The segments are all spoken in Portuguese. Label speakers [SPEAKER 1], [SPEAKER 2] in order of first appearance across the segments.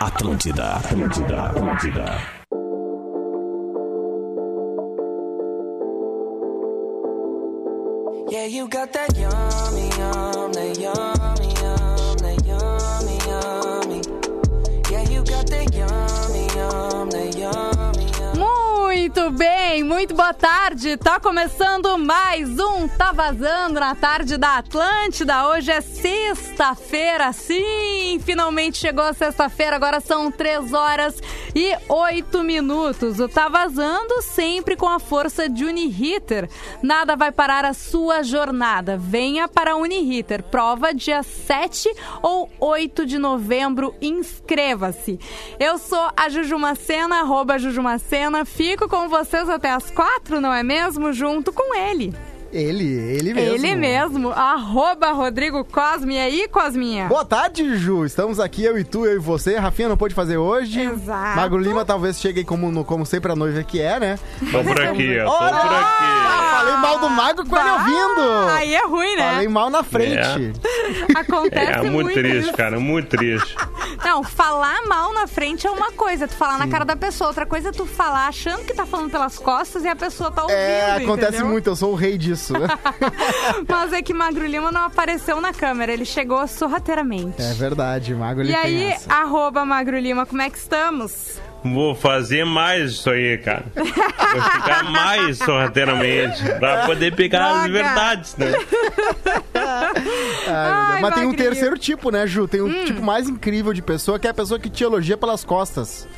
[SPEAKER 1] Atlântida, Atlântida, Atlântida.
[SPEAKER 2] Yeah, you got that yummy, yum, that yummy, yum, that yummy, yummy. Yeah, you got that yummy, yum, that yummy, yum.
[SPEAKER 3] Muito bem, muito boa tarde. Tá começando mais um Tá Vazando na tarde da Atlântida. Hoje é sexta-feira, sim! Finalmente chegou a sexta-feira, agora são três horas e oito minutos. O Tá Vazando sempre com a força de Uniriter. Nada vai parar a sua jornada. Venha para a Uniriter. Prova dia 7 ou 8 de novembro. Inscreva-se. Eu sou a Jujumacena, arroba Jujumacena. Fico com vocês até as quatro, não é mesmo? Junto com ele.
[SPEAKER 4] Ele, ele É mesmo.
[SPEAKER 3] Ele mesmo, arroba Rodrigo Cosme. E aí, Cosminha?
[SPEAKER 4] Boa tarde, Ju. Estamos aqui, eu e tu, eu e você. Rafinha não pôde fazer hoje.
[SPEAKER 3] Exato.
[SPEAKER 4] Magro Lima talvez chegue como, no- como sempre a noiva que é, né?
[SPEAKER 5] Tô por aqui, eu tô por
[SPEAKER 4] Olha!
[SPEAKER 5] aqui.
[SPEAKER 4] Ah, falei mal do Magro com ele
[SPEAKER 3] Bah,
[SPEAKER 4] tá ouvindo.
[SPEAKER 3] Aí é ruim, né?
[SPEAKER 4] Falei mal na frente.
[SPEAKER 3] Acontece
[SPEAKER 5] É, muito, triste,
[SPEAKER 3] isso.
[SPEAKER 5] cara, muito triste.
[SPEAKER 3] Não, falar mal na frente é uma coisa, tu falar na cara da pessoa. Outra coisa é tu falar achando que tá falando pelas costas e a pessoa tá ouvindo.
[SPEAKER 4] É, acontece
[SPEAKER 3] entendeu?
[SPEAKER 4] muito, eu sou o rei disso.
[SPEAKER 3] Mas é que Magro Lima não apareceu na câmera, ele chegou sorrateiramente.
[SPEAKER 4] é verdade, Magro ele
[SPEAKER 3] E
[SPEAKER 4] tem
[SPEAKER 3] aí,
[SPEAKER 4] essa.
[SPEAKER 3] arroba Magro Lima, como é que estamos?
[SPEAKER 5] Vou fazer mais isso aí, cara. Vou ficar mais sorrateiramente pra poder pegar
[SPEAKER 3] Droga.
[SPEAKER 5] as verdades, né?
[SPEAKER 4] Ai,
[SPEAKER 3] Ai,
[SPEAKER 4] Mas tem
[SPEAKER 3] Magrinho.
[SPEAKER 4] um
[SPEAKER 3] Hum.
[SPEAKER 4] terceiro tipo, né, Ju? Tem um tipo mais incrível de pessoa, que é a pessoa que te elogia pelas costas.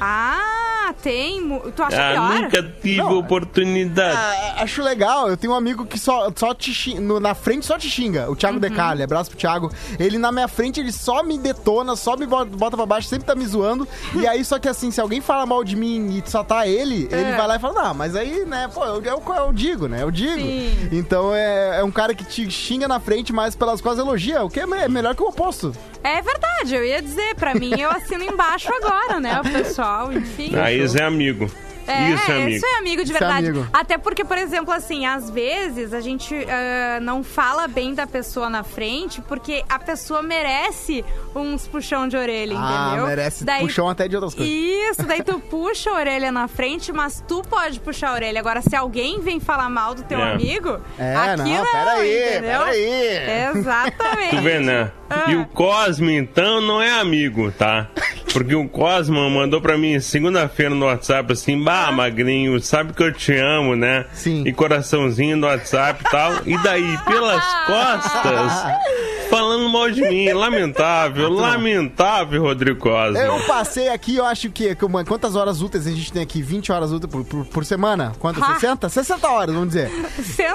[SPEAKER 3] Ah, tem. mu- Tu acha
[SPEAKER 5] Ah,
[SPEAKER 3] pior?
[SPEAKER 5] nunca tive
[SPEAKER 4] Não.
[SPEAKER 5] oportunidade.
[SPEAKER 4] Ah, acho legal. Eu tenho um amigo que só, só te xinga, no- na frente só te xinga. O Thiago
[SPEAKER 3] Uhum.
[SPEAKER 4] Decalhe, abraço pro Thiago. Ele na minha frente, ele só me detona, só me bota bota pra baixo, sempre tá me zoando. E aí, só que assim, se alguém fala mal de mim e só tá ele,
[SPEAKER 3] É.
[SPEAKER 4] ele vai lá e fala, não, mas aí, né, pô, eu, eu, eu digo, né, eu digo.
[SPEAKER 3] Sim.
[SPEAKER 4] Então é, é um cara que te xinga na frente, mas pelas costas elogia, o que é, me- é melhor que o oposto.
[SPEAKER 3] É verdade, eu ia dizer, pra mim eu assino embaixo agora, né, o pessoal, enfim.
[SPEAKER 5] Ah, isso é amigo.
[SPEAKER 3] É,
[SPEAKER 5] isso é amigo.
[SPEAKER 3] isso é amigo de
[SPEAKER 4] Isso é
[SPEAKER 3] verdade.
[SPEAKER 4] amigo.
[SPEAKER 3] Até porque, por exemplo, assim, às vezes a gente ah, não fala bem da pessoa na frente porque a pessoa merece uns puxão de orelha, entendeu?
[SPEAKER 4] Ah, merece
[SPEAKER 3] Daí-
[SPEAKER 4] puxão até de outras coisas.
[SPEAKER 3] Isso, daí tu puxa a orelha na frente, mas tu pode puxar a orelha. Agora, se alguém vem falar mal do teu
[SPEAKER 5] É.
[SPEAKER 3] amigo,
[SPEAKER 4] É,
[SPEAKER 3] aqui
[SPEAKER 4] não, peraí,
[SPEAKER 3] entendeu?
[SPEAKER 4] peraí.
[SPEAKER 3] Exatamente.
[SPEAKER 5] Tu vê, né?
[SPEAKER 3] Ah.
[SPEAKER 5] E o Cosme, então, não é amigo, tá? Porque o Cosma mandou pra mim segunda-feira no WhatsApp assim, bah, magrinho, sabe que eu te amo, né?
[SPEAKER 4] Sim.
[SPEAKER 5] E coraçãozinho no WhatsApp e tal. E daí, pelas costas, falando mal de mim. Lamentável, lamentável, Rodrigo Cosma.
[SPEAKER 4] Eu passei aqui, eu acho que. que uma- Quantas horas úteis a gente tem aqui? 20 horas úteis por, por- por semana? Quantas?
[SPEAKER 3] Ah.
[SPEAKER 4] 60? 60 horas, vamos dizer.
[SPEAKER 3] 140,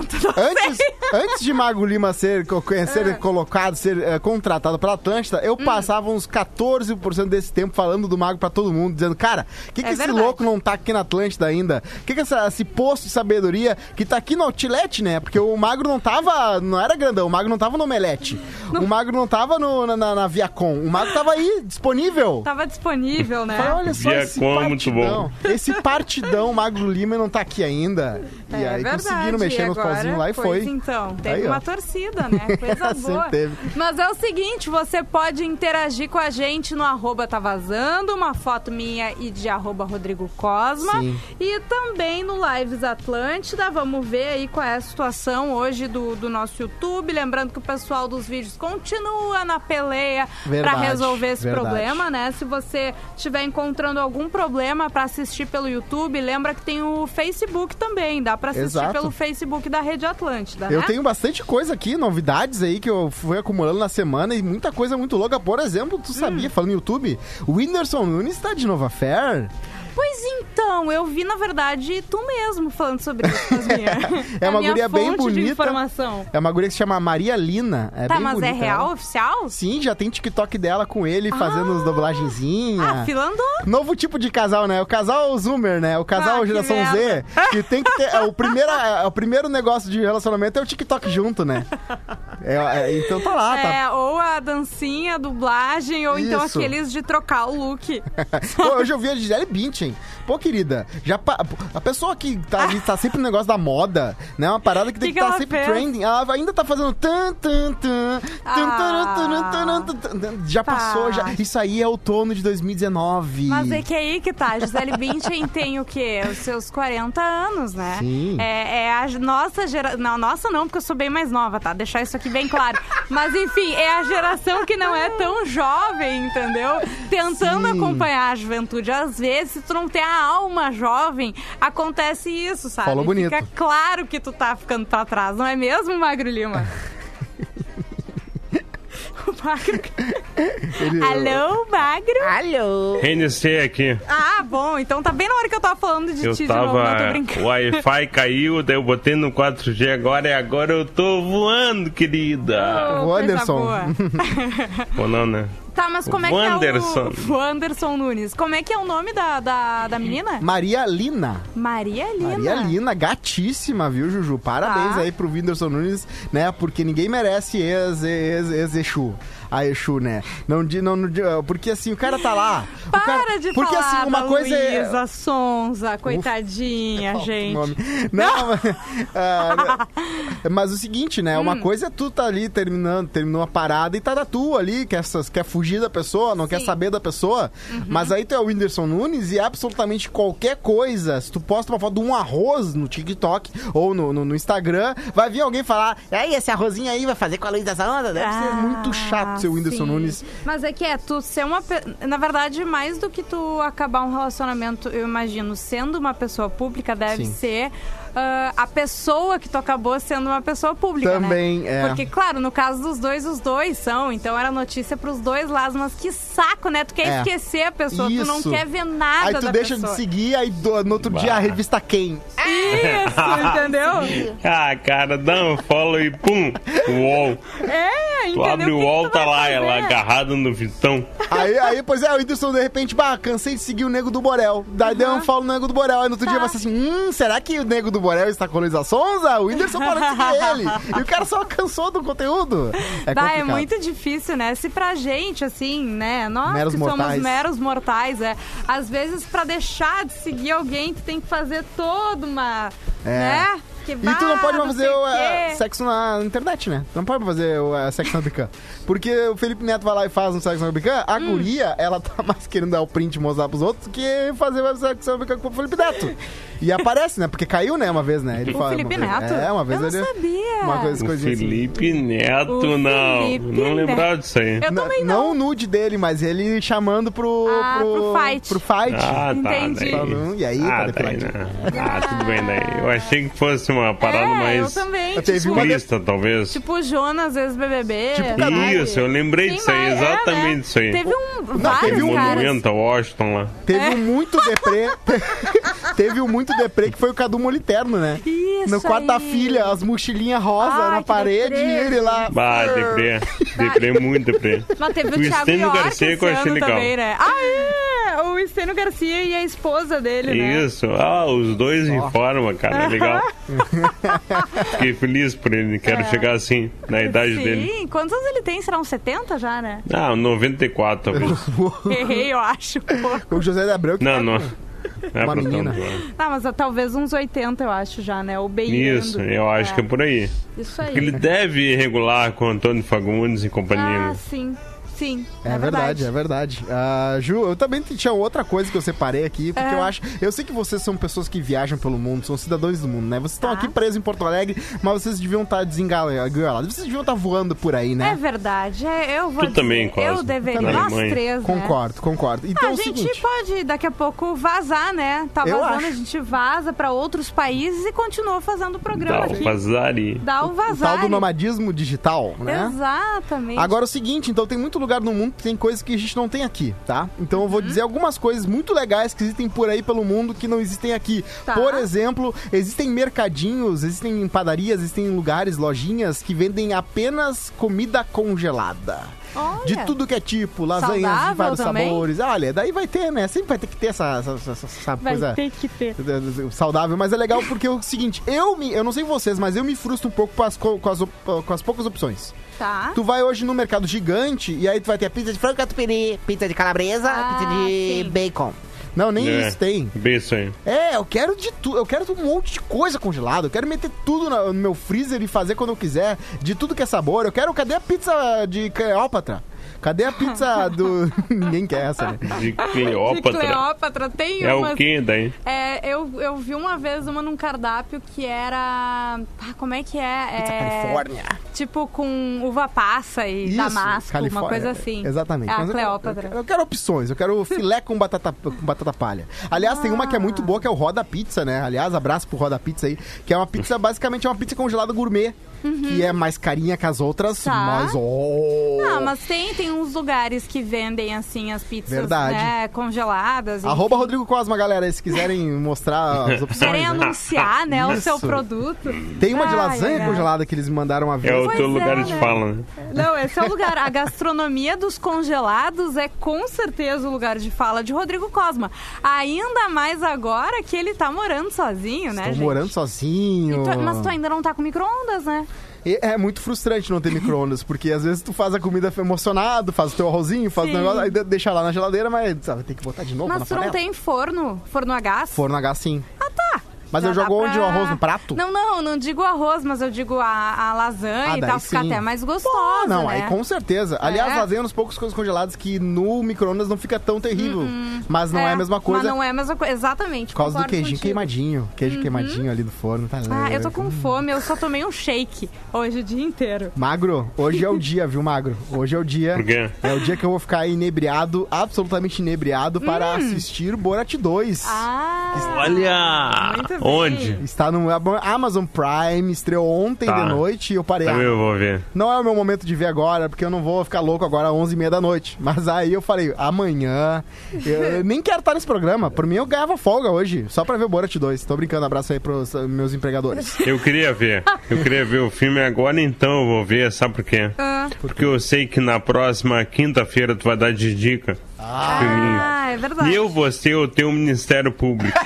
[SPEAKER 3] não
[SPEAKER 4] Antes,
[SPEAKER 3] sei. Ah.
[SPEAKER 4] antes de Mago Lima ser, co- eh, ser colocado, ser eh, contratado pela Atlântida, eu
[SPEAKER 3] Hum.
[SPEAKER 4] passava uns 14% desse tempo falando do Mago pra todo mundo, dizendo, cara, o que, que
[SPEAKER 3] É
[SPEAKER 4] esse
[SPEAKER 3] verdade.
[SPEAKER 4] louco não tá aqui na Atlântida ainda? O que, que essa- esse posto de sabedoria que tá aqui no outlet, né? Porque o Magro não tava, não era grandão, o Magro não tava no Omelete, o Magro não tava no- na, na, na Viacom, o Magro tava aí, disponível.
[SPEAKER 3] Tava disponível, né?
[SPEAKER 4] Falei, olha só
[SPEAKER 5] Viacom
[SPEAKER 4] esse
[SPEAKER 5] é
[SPEAKER 4] partidão.
[SPEAKER 5] muito
[SPEAKER 4] Esse partidão, Magro Lima, não tá aqui ainda. E
[SPEAKER 3] É
[SPEAKER 4] aí
[SPEAKER 3] verdade,
[SPEAKER 4] conseguiram mexer
[SPEAKER 3] e
[SPEAKER 4] nos
[SPEAKER 3] agora,
[SPEAKER 4] pauzinhos lá e
[SPEAKER 3] pois
[SPEAKER 4] foi.
[SPEAKER 3] Então, teve
[SPEAKER 4] Aí, ó.
[SPEAKER 3] uma torcida, né? Coisa
[SPEAKER 4] Sempre
[SPEAKER 3] boa.
[SPEAKER 4] teve.
[SPEAKER 3] Mas é o seguinte, você pode interagir com a gente no arroba tá vazando, uma foto minha e de arroba Rodrigo Cosma.
[SPEAKER 4] Sim.
[SPEAKER 3] E também no Lives Atlântida, vamos ver aí qual é a situação hoje do, do nosso YouTube. Lembrando que o pessoal dos vídeos continua na peleia para
[SPEAKER 4] Verdade,
[SPEAKER 3] resolver esse
[SPEAKER 4] verdade.
[SPEAKER 3] problema né? Se você estiver encontrando algum problema para assistir pelo YouTube, lembra que tem o Facebook também. Dá para assistir
[SPEAKER 4] Exato.
[SPEAKER 3] pelo Facebook da Rede Atlântida,
[SPEAKER 4] Eu
[SPEAKER 3] né?
[SPEAKER 4] tenho bastante coisa aqui, novidades aí que eu fui acumulando na semana e muita coisa muito louca. Por exemplo,
[SPEAKER 3] Hum.
[SPEAKER 4] tu sabia, falando no YouTube, o Whindersson Nunes tá de Nova Fair.
[SPEAKER 3] Pois então, eu vi, na verdade, tu mesmo falando sobre isso, Cosminha.
[SPEAKER 4] É
[SPEAKER 3] A
[SPEAKER 4] uma
[SPEAKER 3] minha
[SPEAKER 4] guria bem
[SPEAKER 3] fonte De
[SPEAKER 4] bonita.
[SPEAKER 3] informação.
[SPEAKER 4] É uma guria que se chama Maria Lina. É
[SPEAKER 3] tá,
[SPEAKER 4] bem
[SPEAKER 3] mas é
[SPEAKER 4] bonita
[SPEAKER 3] real,
[SPEAKER 4] ela.
[SPEAKER 3] oficial?
[SPEAKER 4] Sim, já tem TikTok dela com ele fazendo as dublagenzinhas.
[SPEAKER 3] Ah, filandou.
[SPEAKER 4] Novo tipo de casal, né? O casal Zoomer, né? O
[SPEAKER 3] Ah,
[SPEAKER 4] casal
[SPEAKER 3] que
[SPEAKER 4] geração Z, que tem que ter. é, o, primeiro, é, o primeiro negócio de relacionamento é o TikTok junto, né? É, é, então tá lá, tá.
[SPEAKER 3] É, ou a dancinha, a dublagem, ou então
[SPEAKER 4] Isso.
[SPEAKER 3] aqueles de trocar o look.
[SPEAKER 4] Pô, hoje eu vi a Gisele Bündchen. Pô, querida. Já pa- A pessoa que tá, ali, tá sempre no negócio da moda, né? Uma parada que tem
[SPEAKER 3] Que
[SPEAKER 4] que,
[SPEAKER 3] que
[SPEAKER 4] estar
[SPEAKER 3] ela
[SPEAKER 4] sempre
[SPEAKER 3] fez?
[SPEAKER 4] trending. Ela ainda tá fazendo tan tan tan, tan,
[SPEAKER 3] Ah.
[SPEAKER 4] taran, taran, taran, taran. já
[SPEAKER 3] Tá.
[SPEAKER 4] passou, já. Isso aí é outono de 2019.
[SPEAKER 3] Mas é que é aí que tá. A Gisele Bündchen tem o quê? Os seus 40 anos, né?
[SPEAKER 4] Sim.
[SPEAKER 3] É, é a nossa geração... Não, nossa não, porque eu sou bem mais nova, tá? Deixar isso aqui bem claro. Mas, enfim, é a geração que não é tão jovem, entendeu? Tentando
[SPEAKER 4] Sim.
[SPEAKER 3] acompanhar a juventude. Às vezes, se tu não tem a alma jovem, acontece isso, sabe?
[SPEAKER 4] Falou bonito.
[SPEAKER 3] Fica claro que tu tá ficando pra trás, não é mesmo, Magro Lima? O Magro...
[SPEAKER 4] Ele- é
[SPEAKER 3] Alô, Magro?
[SPEAKER 6] Alô?
[SPEAKER 5] Reiniciei aqui.
[SPEAKER 3] Ah, bom. Então tá bem na hora que eu tava falando de
[SPEAKER 5] Eu
[SPEAKER 3] ti de novo. Não tô
[SPEAKER 5] tava. O
[SPEAKER 3] brincando.
[SPEAKER 5] Wi-Fi caiu, daí eu botei no 4G agora e agora eu tô voando, querida.
[SPEAKER 3] Ô,
[SPEAKER 4] O
[SPEAKER 3] coisa
[SPEAKER 4] Anderson.
[SPEAKER 3] boa.
[SPEAKER 5] Ou não, né?
[SPEAKER 3] Tá, mas como é
[SPEAKER 5] Wanderson.
[SPEAKER 3] que é o... O Anderson Nunes. Como é que é o nome da, da, da menina?
[SPEAKER 4] Maria Lina.
[SPEAKER 3] Maria Lina.
[SPEAKER 4] Maria Lina, gatíssima, viu, Juju? Parabéns
[SPEAKER 3] Tá.
[SPEAKER 4] aí pro Whindersson Nunes, né? Porque ninguém merece ex, ex, ex Exu. A Exu, né? Não, di- não, não di- porque assim, o cara tá lá. o
[SPEAKER 3] Para
[SPEAKER 4] cara-
[SPEAKER 3] de
[SPEAKER 4] porque,
[SPEAKER 3] falar
[SPEAKER 4] assim, uma
[SPEAKER 3] da
[SPEAKER 4] coisa é-
[SPEAKER 3] Luísa Sonza, coitadinha,
[SPEAKER 4] Falta o
[SPEAKER 3] gente.
[SPEAKER 4] nome. Não, mas, ah, mas o seguinte, né? Uma coisa é tu tá ali terminando, terminou uma parada e tá na tua ali, quer, essas- quer fugir da pessoa, não quer saber da pessoa. Mas aí tu é o Whindersson Nunes e absolutamente qualquer coisa, se tu posta uma foto de um arroz no TikTok ou no, no- no Instagram, vai vir alguém falar, aí esse arrozinho aí vai fazer com a luz dessa onda? Deve ser é muito chato ser o Whindersson
[SPEAKER 3] Ah, sim.
[SPEAKER 4] Nunes.
[SPEAKER 3] Mas é que é, tu ser uma. pe- Na verdade, mais do que tu acabar um relacionamento, eu imagino, sendo uma pessoa pública, deve
[SPEAKER 4] Sim.
[SPEAKER 3] ser ah, a pessoa que tu acabou sendo uma pessoa pública.
[SPEAKER 4] Também,
[SPEAKER 3] né?
[SPEAKER 4] é.
[SPEAKER 3] Porque, claro, no caso dos dois, os dois são. Então era notícia pros dois lados, mas que saco, né? Tu quer
[SPEAKER 4] É.
[SPEAKER 3] esquecer a pessoa, tu não
[SPEAKER 4] Isso.
[SPEAKER 3] quer ver nada
[SPEAKER 4] Aí tu
[SPEAKER 3] da
[SPEAKER 4] deixa
[SPEAKER 3] Ah, pessoa.
[SPEAKER 4] de seguir, aí do- no outro dia a revista quem?
[SPEAKER 3] Isso, entendeu?
[SPEAKER 5] Ah, cara, dá um follow e pum! Uol.
[SPEAKER 3] É,
[SPEAKER 5] Tu
[SPEAKER 3] entendeu?
[SPEAKER 5] abre
[SPEAKER 3] O
[SPEAKER 5] o
[SPEAKER 3] que que
[SPEAKER 5] UOL,
[SPEAKER 3] tu
[SPEAKER 5] tá
[SPEAKER 3] vai
[SPEAKER 5] lá, ela
[SPEAKER 3] fazer?
[SPEAKER 5] agarrada no Vitão.
[SPEAKER 4] Aí, aí, pois é, o Whindersson de repente, bah, cansei de seguir o Nego do Borel. Daí deu um falo no Nego do Borel. Aí no outro
[SPEAKER 3] Tá.
[SPEAKER 4] dia vai ser assim: hum, será que o Nego do Borel está com a Luísa Sonza? O Whindersson parou de seguir ele. E o cara só cansou do conteúdo. É
[SPEAKER 3] Bah, é
[SPEAKER 4] complicado.
[SPEAKER 3] muito difícil, né? Se pra gente, assim, né? Nós
[SPEAKER 4] Meros
[SPEAKER 3] que somos
[SPEAKER 4] mortais.
[SPEAKER 3] meros mortais, é. Às vezes, pra deixar de seguir alguém, tu tem que fazer toda uma.
[SPEAKER 4] É.
[SPEAKER 3] Né? Que
[SPEAKER 4] E tu não pode
[SPEAKER 3] bah,
[SPEAKER 4] mais
[SPEAKER 3] sei
[SPEAKER 4] fazer o, é,
[SPEAKER 3] quê.
[SPEAKER 4] sexo na internet, né? Tu não pode mais fazer o, é, sexo na webcam. Porque o Felipe Neto vai lá e faz um sexo na webcam, a
[SPEAKER 3] Hum.
[SPEAKER 4] guria, ela tá mais querendo dar o print e mostrar pros outros que fazer o sexo na webcam com o Felipe Neto. E aparece, né? Porque caiu, né, uma vez, né? Ele
[SPEAKER 3] O
[SPEAKER 4] fala-
[SPEAKER 3] Felipe
[SPEAKER 4] uma vez-
[SPEAKER 3] Neto?
[SPEAKER 4] É, uma vez
[SPEAKER 3] Eu não
[SPEAKER 4] ele-
[SPEAKER 3] sabia.
[SPEAKER 4] Uma coisa,
[SPEAKER 5] O
[SPEAKER 4] coisinha assim.
[SPEAKER 5] Felipe Neto,
[SPEAKER 3] O
[SPEAKER 5] não.
[SPEAKER 3] Felipe
[SPEAKER 5] não lembrava disso aí.
[SPEAKER 3] Eu
[SPEAKER 4] N-
[SPEAKER 3] também não.
[SPEAKER 4] não o nude dele, mas ele chamando pro.
[SPEAKER 3] Ah, pro fight.
[SPEAKER 4] pro fight.
[SPEAKER 5] Ah, tá.
[SPEAKER 3] Entendi.
[SPEAKER 5] Daí.
[SPEAKER 4] E aí,
[SPEAKER 5] ah,
[SPEAKER 4] cadê
[SPEAKER 5] daí,
[SPEAKER 4] Felipe?
[SPEAKER 5] né? ah, tudo bem daí. Eu achei que fosse uma parada
[SPEAKER 3] é,
[SPEAKER 5] mais
[SPEAKER 3] Eu também.
[SPEAKER 4] Eu teve
[SPEAKER 3] tipo,
[SPEAKER 4] uma-
[SPEAKER 5] crista, talvez.
[SPEAKER 3] Tipo tá o Jonas, ex-BBB.
[SPEAKER 4] Tipo,
[SPEAKER 3] sabe?
[SPEAKER 5] isso, eu lembrei
[SPEAKER 3] Tem
[SPEAKER 5] disso aí,
[SPEAKER 3] mais, é,
[SPEAKER 5] exatamente
[SPEAKER 3] né?
[SPEAKER 5] isso aí.
[SPEAKER 3] Teve um. vários
[SPEAKER 5] Aquele
[SPEAKER 4] teve um
[SPEAKER 3] caras.
[SPEAKER 5] monumento a Washington lá.
[SPEAKER 4] Teve um muito deprê. teve um muito deprê que foi o Cadu Moliterno, né?
[SPEAKER 3] Isso
[SPEAKER 4] no quarto da
[SPEAKER 3] aí.
[SPEAKER 4] filha, as mochilinhas rosa
[SPEAKER 3] Ai,
[SPEAKER 4] na
[SPEAKER 3] que
[SPEAKER 4] parede
[SPEAKER 3] deprê.
[SPEAKER 4] e ele lá.
[SPEAKER 5] Bah, é deprê. Deprê muito, deprê.
[SPEAKER 3] Mas teve o,
[SPEAKER 5] O
[SPEAKER 3] Thiago
[SPEAKER 5] Estênio
[SPEAKER 3] York
[SPEAKER 5] Garcia
[SPEAKER 3] esse
[SPEAKER 5] que eu
[SPEAKER 3] ano
[SPEAKER 5] achei legal.
[SPEAKER 3] também, né? Ah, é! O Estênio Garcia e a esposa dele, né?
[SPEAKER 5] Isso, ah, os dois em forma, cara, legal. Fiquei feliz por ele, quero chegar assim, na idade
[SPEAKER 3] É. Sim,
[SPEAKER 5] dele.
[SPEAKER 3] quantos anos ele tem? Será uns 70 já, né?
[SPEAKER 5] Ah, 94, talvez.
[SPEAKER 3] Errei, eu acho. pô.
[SPEAKER 4] o José da Abreu que
[SPEAKER 5] Não, não. É
[SPEAKER 4] Uma
[SPEAKER 5] pra
[SPEAKER 4] menina.
[SPEAKER 5] tanto.
[SPEAKER 3] Não, mas ah, talvez uns 80, eu acho já, né? O bem
[SPEAKER 5] Isso, eu acho que é por aí.
[SPEAKER 3] Isso aí.
[SPEAKER 5] Porque ele deve regular com o Antônio Fagundes e companhia.
[SPEAKER 3] Ah, sim. Sim.
[SPEAKER 4] É verdade, é verdade. Ah, Ju, eu também tinha outra coisa que eu separei aqui, porque
[SPEAKER 3] É.
[SPEAKER 4] eu acho. Eu sei que vocês são pessoas que viajam pelo mundo, são cidadãos do mundo, né? Vocês estão
[SPEAKER 3] Tá.
[SPEAKER 4] aqui presos em Porto Alegre, mas vocês deviam estar desengalados. Vocês deviam estar voando por aí, né?
[SPEAKER 3] É verdade. é, eu vou
[SPEAKER 5] Tu
[SPEAKER 3] dizer,
[SPEAKER 5] também, Cosmo.
[SPEAKER 3] Eu deveria.
[SPEAKER 5] Também.
[SPEAKER 3] Nós
[SPEAKER 5] Alemanha.
[SPEAKER 3] três, né?
[SPEAKER 4] Concordo, concordo. Então
[SPEAKER 3] a
[SPEAKER 4] é o
[SPEAKER 3] gente
[SPEAKER 4] seguinte.
[SPEAKER 3] pode daqui a pouco vazar, né? Tá
[SPEAKER 4] Eu
[SPEAKER 3] vazando,
[SPEAKER 4] acho.
[SPEAKER 3] a gente vaza pra outros países e continua fazendo o programa
[SPEAKER 5] Dá um o
[SPEAKER 3] aqui.
[SPEAKER 5] Pazari.
[SPEAKER 3] Dá o
[SPEAKER 4] o Tal
[SPEAKER 3] vazar.
[SPEAKER 4] do nomadismo digital, né?
[SPEAKER 3] Exatamente.
[SPEAKER 4] Agora é o seguinte, então tem muito lugar no mundo que tem coisas que a gente não tem aqui, tá? Então eu
[SPEAKER 3] Uhum.
[SPEAKER 4] vou dizer algumas coisas muito legais que existem por aí pelo mundo que não existem aqui.
[SPEAKER 3] Tá.
[SPEAKER 4] Por exemplo, existem mercadinhos, existem padarias, existem lugares, lojinhas que vendem apenas comida congelada.
[SPEAKER 3] Olha.
[SPEAKER 4] De tudo que é tipo, lasanhas de
[SPEAKER 3] Saudável
[SPEAKER 4] vários
[SPEAKER 3] também?
[SPEAKER 4] sabores. Olha, daí vai ter, né? Sempre vai ter que ter essa, essa, essa- essa- essa
[SPEAKER 3] Vai
[SPEAKER 4] coisa
[SPEAKER 3] ter que ter.
[SPEAKER 4] saudável, mas é legal porque é o seguinte, eu me, eu não sei vocês, mas eu me frustro um pouco com as, co- com as op- com as poucas opções.
[SPEAKER 3] Tá.
[SPEAKER 4] Tu vai hoje no mercado gigante e aí tu vai ter a pizza de frango catupiry, é
[SPEAKER 6] Pizza de calabresa,
[SPEAKER 3] Ah,
[SPEAKER 6] pizza de
[SPEAKER 3] sim.
[SPEAKER 6] bacon.
[SPEAKER 4] Não, nem
[SPEAKER 5] É.
[SPEAKER 4] isso tem.
[SPEAKER 5] Bem isso aí.
[SPEAKER 4] É, eu quero de tudo. Eu quero um monte de coisa congelada. Eu quero meter tudo na- no meu freezer e fazer quando eu quiser. De tudo que é sabor. Eu quero. Cadê a pizza de Cleópatra? Cadê a pizza do. Ninguém quer essa, né?
[SPEAKER 5] De
[SPEAKER 3] Ah, De
[SPEAKER 5] Cleópatra.
[SPEAKER 3] Cleópatra tem
[SPEAKER 5] É
[SPEAKER 3] umas-
[SPEAKER 5] o que daí?
[SPEAKER 3] É, eu, eu vi uma vez uma num cardápio que era. Ah, como é que é?
[SPEAKER 4] Pizza
[SPEAKER 3] é
[SPEAKER 4] Califórnia.
[SPEAKER 3] Tipo com uva passa e
[SPEAKER 4] Isso,
[SPEAKER 3] damasco,
[SPEAKER 4] Califórnia.
[SPEAKER 3] uma coisa assim.
[SPEAKER 4] Exatamente.
[SPEAKER 3] É a
[SPEAKER 4] Mas eu-
[SPEAKER 3] Cleópatra.
[SPEAKER 4] Eu, eu quero opções, eu quero filé com batata, com batata palha. Aliás, tem uma que é muito boa, que é o Roda Pizza, né? Aliás, abraço pro Roda Pizza aí, que é uma pizza, basicamente, é uma pizza congelada gourmet, que é mais carinha que as outras,
[SPEAKER 3] Tá.
[SPEAKER 4] mas... Oh,
[SPEAKER 3] Não, mas tem, tem uns lugares que vendem assim as pizzas
[SPEAKER 4] Verdade.
[SPEAKER 3] né, congeladas. e
[SPEAKER 4] Arroba Rodrigo Cosma, galera, se quiserem mostrar as opções.
[SPEAKER 3] Querem
[SPEAKER 4] né?
[SPEAKER 3] anunciar, né, o seu
[SPEAKER 4] Isso.
[SPEAKER 3] produto.
[SPEAKER 4] Tem uma de
[SPEAKER 3] Ai,
[SPEAKER 4] lasanha
[SPEAKER 3] ai, ai.
[SPEAKER 4] congelada que eles me mandaram a ver.
[SPEAKER 5] É o
[SPEAKER 3] Pois
[SPEAKER 5] teu
[SPEAKER 3] é,
[SPEAKER 5] lugar de
[SPEAKER 3] né?
[SPEAKER 5] fala, né?
[SPEAKER 3] Não, esse é o lugar. A gastronomia dos congelados é com certeza o lugar de fala de Rodrigo Cosma. Ainda mais agora que ele tá morando sozinho, né,
[SPEAKER 4] Tô
[SPEAKER 3] gente?
[SPEAKER 4] morando sozinho.
[SPEAKER 3] E tu- mas tu ainda não tá com micro-ondas, né?
[SPEAKER 4] E É muito frustrante não ter micro-ondas, porque às vezes tu faz a comida emocionado, faz o teu arrozinho, faz o
[SPEAKER 3] Sim.
[SPEAKER 4] negócio, aí de- deixa lá na geladeira, mas sabe, tem que botar de novo na
[SPEAKER 3] mas tu não
[SPEAKER 4] panela.
[SPEAKER 3] tem forno, forno a gás?
[SPEAKER 4] Forno a gás sim.
[SPEAKER 3] Ah, tá.
[SPEAKER 4] Mas eu
[SPEAKER 3] dá
[SPEAKER 4] jogo
[SPEAKER 3] pra-
[SPEAKER 4] onde o arroz no prato?
[SPEAKER 3] Não, não, não digo arroz, mas eu digo a, a lasanha
[SPEAKER 4] Ah,
[SPEAKER 3] e
[SPEAKER 4] daí
[SPEAKER 3] tal, fica
[SPEAKER 4] sim.
[SPEAKER 3] até mais
[SPEAKER 4] Ah,
[SPEAKER 3] gostosa,
[SPEAKER 4] não,
[SPEAKER 3] né?
[SPEAKER 4] aí com certeza. Aliás,
[SPEAKER 3] É.
[SPEAKER 4] lasanha é um dos poucos coisas congeladas que no micro-ondas não fica tão terrível. Mas não é, a mesma coisa
[SPEAKER 3] Mas não Uhum. é a mesma coisa, exatamente.
[SPEAKER 4] por causa do
[SPEAKER 3] concordo
[SPEAKER 4] queijinho
[SPEAKER 3] contigo. Uhum.
[SPEAKER 4] queimadinho. Queijo queimadinho ali do forno, tá
[SPEAKER 3] Ah,
[SPEAKER 4] louco.
[SPEAKER 3] eu tô com fome, eu só tomei um shake hoje o dia inteiro.
[SPEAKER 4] Magro, hoje é o dia, viu, Magro? Hoje é o dia.
[SPEAKER 5] Por quê?
[SPEAKER 4] É o dia que eu vou ficar inebriado, absolutamente inebriado, para assistir Borat 2.
[SPEAKER 3] Hum. Ah,
[SPEAKER 5] Olha!
[SPEAKER 3] Muito bem. Tá.
[SPEAKER 5] Onde?
[SPEAKER 4] Está no Ab- Amazon Prime, estreou ontem
[SPEAKER 5] Tá.
[SPEAKER 4] de noite e eu parei.
[SPEAKER 5] Também
[SPEAKER 4] ah,
[SPEAKER 5] eu vou ver.
[SPEAKER 4] não é o meu momento de ver agora, porque eu não vou ficar louco agora às 11h30 da noite. Mas aí eu falei, amanhã. Eu eu nem quero estar nesse programa. Por mim, eu ganhava folga hoje, só pra ver Borat 2. Tô brincando, abraço aí pros eh, meus empregadores.
[SPEAKER 5] Eu queria ver. Eu queria ver o filme agora, então eu vou ver, sabe por quê?
[SPEAKER 3] Ah.
[SPEAKER 5] Porque eu sei que na próxima quinta-feira tu vai dar de dica. de filminho.
[SPEAKER 3] Ah, é verdade.
[SPEAKER 5] E eu vou ser o teu Ministério Público.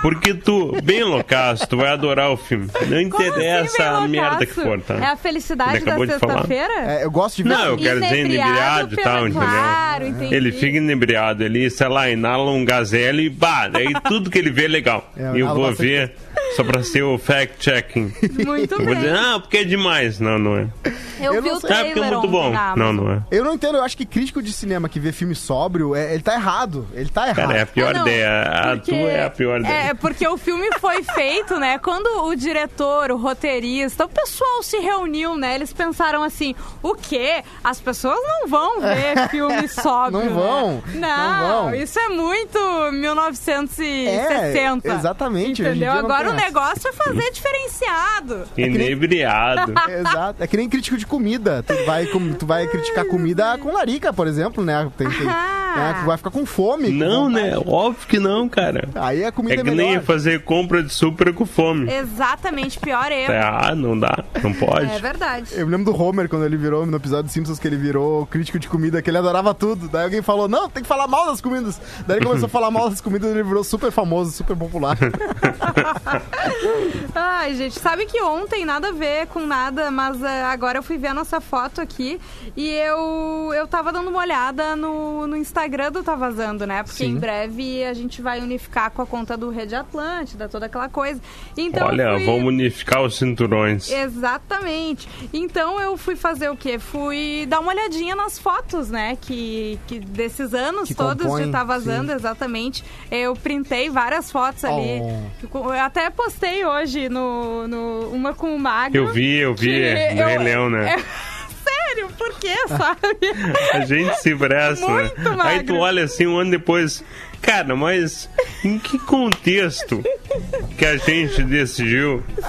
[SPEAKER 5] Porque tu, bem loucaço, tu vai adorar o filme. Não
[SPEAKER 3] Como assim,
[SPEAKER 5] interessa
[SPEAKER 3] bem
[SPEAKER 5] a merda que
[SPEAKER 3] loucaço?
[SPEAKER 5] for, tá?
[SPEAKER 3] É a felicidade
[SPEAKER 5] Ele
[SPEAKER 3] da
[SPEAKER 5] acabou de falar.
[SPEAKER 3] sexta-feira?
[SPEAKER 4] É, eu gosto de ver.
[SPEAKER 5] Não, eu quero dizer
[SPEAKER 3] Inebriado
[SPEAKER 5] inebriado e tal,
[SPEAKER 3] pelo-
[SPEAKER 5] entendeu?
[SPEAKER 3] Claro, entendi.
[SPEAKER 5] Ele fica inebriado, ele, sei lá, inala um gazelle e pá, daí tudo que ele vê é legal.
[SPEAKER 4] É, eu
[SPEAKER 5] E eu
[SPEAKER 4] inalo
[SPEAKER 5] vou
[SPEAKER 4] bastante
[SPEAKER 5] ver só pra ser o fact-checking.
[SPEAKER 3] Muito
[SPEAKER 5] Eu vou dizer,
[SPEAKER 3] bem.
[SPEAKER 5] ah, porque é demais. Não, não é.
[SPEAKER 3] Eu,
[SPEAKER 4] eu
[SPEAKER 3] vi
[SPEAKER 4] não
[SPEAKER 3] o
[SPEAKER 4] sei.
[SPEAKER 5] É
[SPEAKER 3] trailer
[SPEAKER 5] porque é muito
[SPEAKER 3] ontem
[SPEAKER 5] bom.
[SPEAKER 3] na Amazon.
[SPEAKER 5] Não, não é.
[SPEAKER 4] Eu não entendo, eu acho que crítico de cinema que vê filme sóbrio, é- ele tá errado. Ele tá errado.
[SPEAKER 5] Cara, é a pior
[SPEAKER 3] Ah, não,
[SPEAKER 5] ideia. A
[SPEAKER 3] porque-
[SPEAKER 5] tua é a pior
[SPEAKER 3] É,
[SPEAKER 5] ideia.
[SPEAKER 3] porque o filme foi feito, né? Quando o diretor, o roteirista, o pessoal se reuniu, né? Eles pensaram assim: o quê? As pessoas não vão ver filme sóbrio.
[SPEAKER 4] Não vão,
[SPEAKER 3] né?
[SPEAKER 4] não
[SPEAKER 3] Não,
[SPEAKER 4] vão.
[SPEAKER 3] isso é muito 1960.
[SPEAKER 4] É, exatamente. hoje em
[SPEAKER 3] Entendeu?
[SPEAKER 4] dia não
[SPEAKER 3] Agora o
[SPEAKER 4] tem essa.
[SPEAKER 3] negócio é fazer diferenciado.
[SPEAKER 5] Inebriado.
[SPEAKER 4] Exato. É que nem crítico de comida. Tu vai, com- tu vai criticar comida com larica, por exemplo, né? Tem, tem,
[SPEAKER 3] Ah.
[SPEAKER 4] né? Tu vai ficar com fome. com
[SPEAKER 5] Não,
[SPEAKER 4] vontade.
[SPEAKER 5] né? Óbvio que não, cara.
[SPEAKER 3] Tá.
[SPEAKER 4] Aí a comida
[SPEAKER 5] É
[SPEAKER 4] é,
[SPEAKER 5] que
[SPEAKER 4] melhor.
[SPEAKER 5] nem fazer compra de super com fome.
[SPEAKER 3] É, Exatamente, pior
[SPEAKER 5] É,
[SPEAKER 3] erro.
[SPEAKER 5] ah, não dá, não pode.
[SPEAKER 3] É verdade.
[SPEAKER 4] Eu me lembro do Homer quando ele virou no episódio dos Simpsons que ele virou crítico de comida, que ele adorava tudo. Daí alguém falou: Não, tem que falar mal das comidas. Daí ele começou a falar mal das comidas e ele virou super famoso, super popular.
[SPEAKER 3] Ai, gente, sabe que ontem nada a ver com nada, mas eh, agora eu fui ver a nossa foto aqui e eu, eu tava dando uma olhada no, no Instagram do Tá Vazando, né? Porque
[SPEAKER 4] Sim.
[SPEAKER 3] em breve a gente vai unificar com a conta do Rede Atlântida, toda aquela coisa. Então, eu
[SPEAKER 5] Olha,
[SPEAKER 3] fui- É,
[SPEAKER 5] vamos unificar os cinturões.
[SPEAKER 3] Exatamente. Então eu fui fazer o quê? Fui dar uma olhadinha nas fotos, né? Que, que desses anos
[SPEAKER 4] Que
[SPEAKER 3] todos
[SPEAKER 4] compõem,
[SPEAKER 3] de tá vazando, exatamente. Eu printei várias fotos ali.
[SPEAKER 4] Oh.
[SPEAKER 3] Eu até postei hoje no, no uma com o Magno.
[SPEAKER 5] Eu vi, eu vi,
[SPEAKER 3] que
[SPEAKER 5] do
[SPEAKER 3] eu- é.
[SPEAKER 5] Rei Leão, né?
[SPEAKER 3] Sério, por quê, sabe?
[SPEAKER 5] A gente se presta, né?
[SPEAKER 3] Muito magro.
[SPEAKER 5] Aí tu olha assim um ano depois, cara, mas em que contexto que a gente decidiu?
[SPEAKER 3] Sim,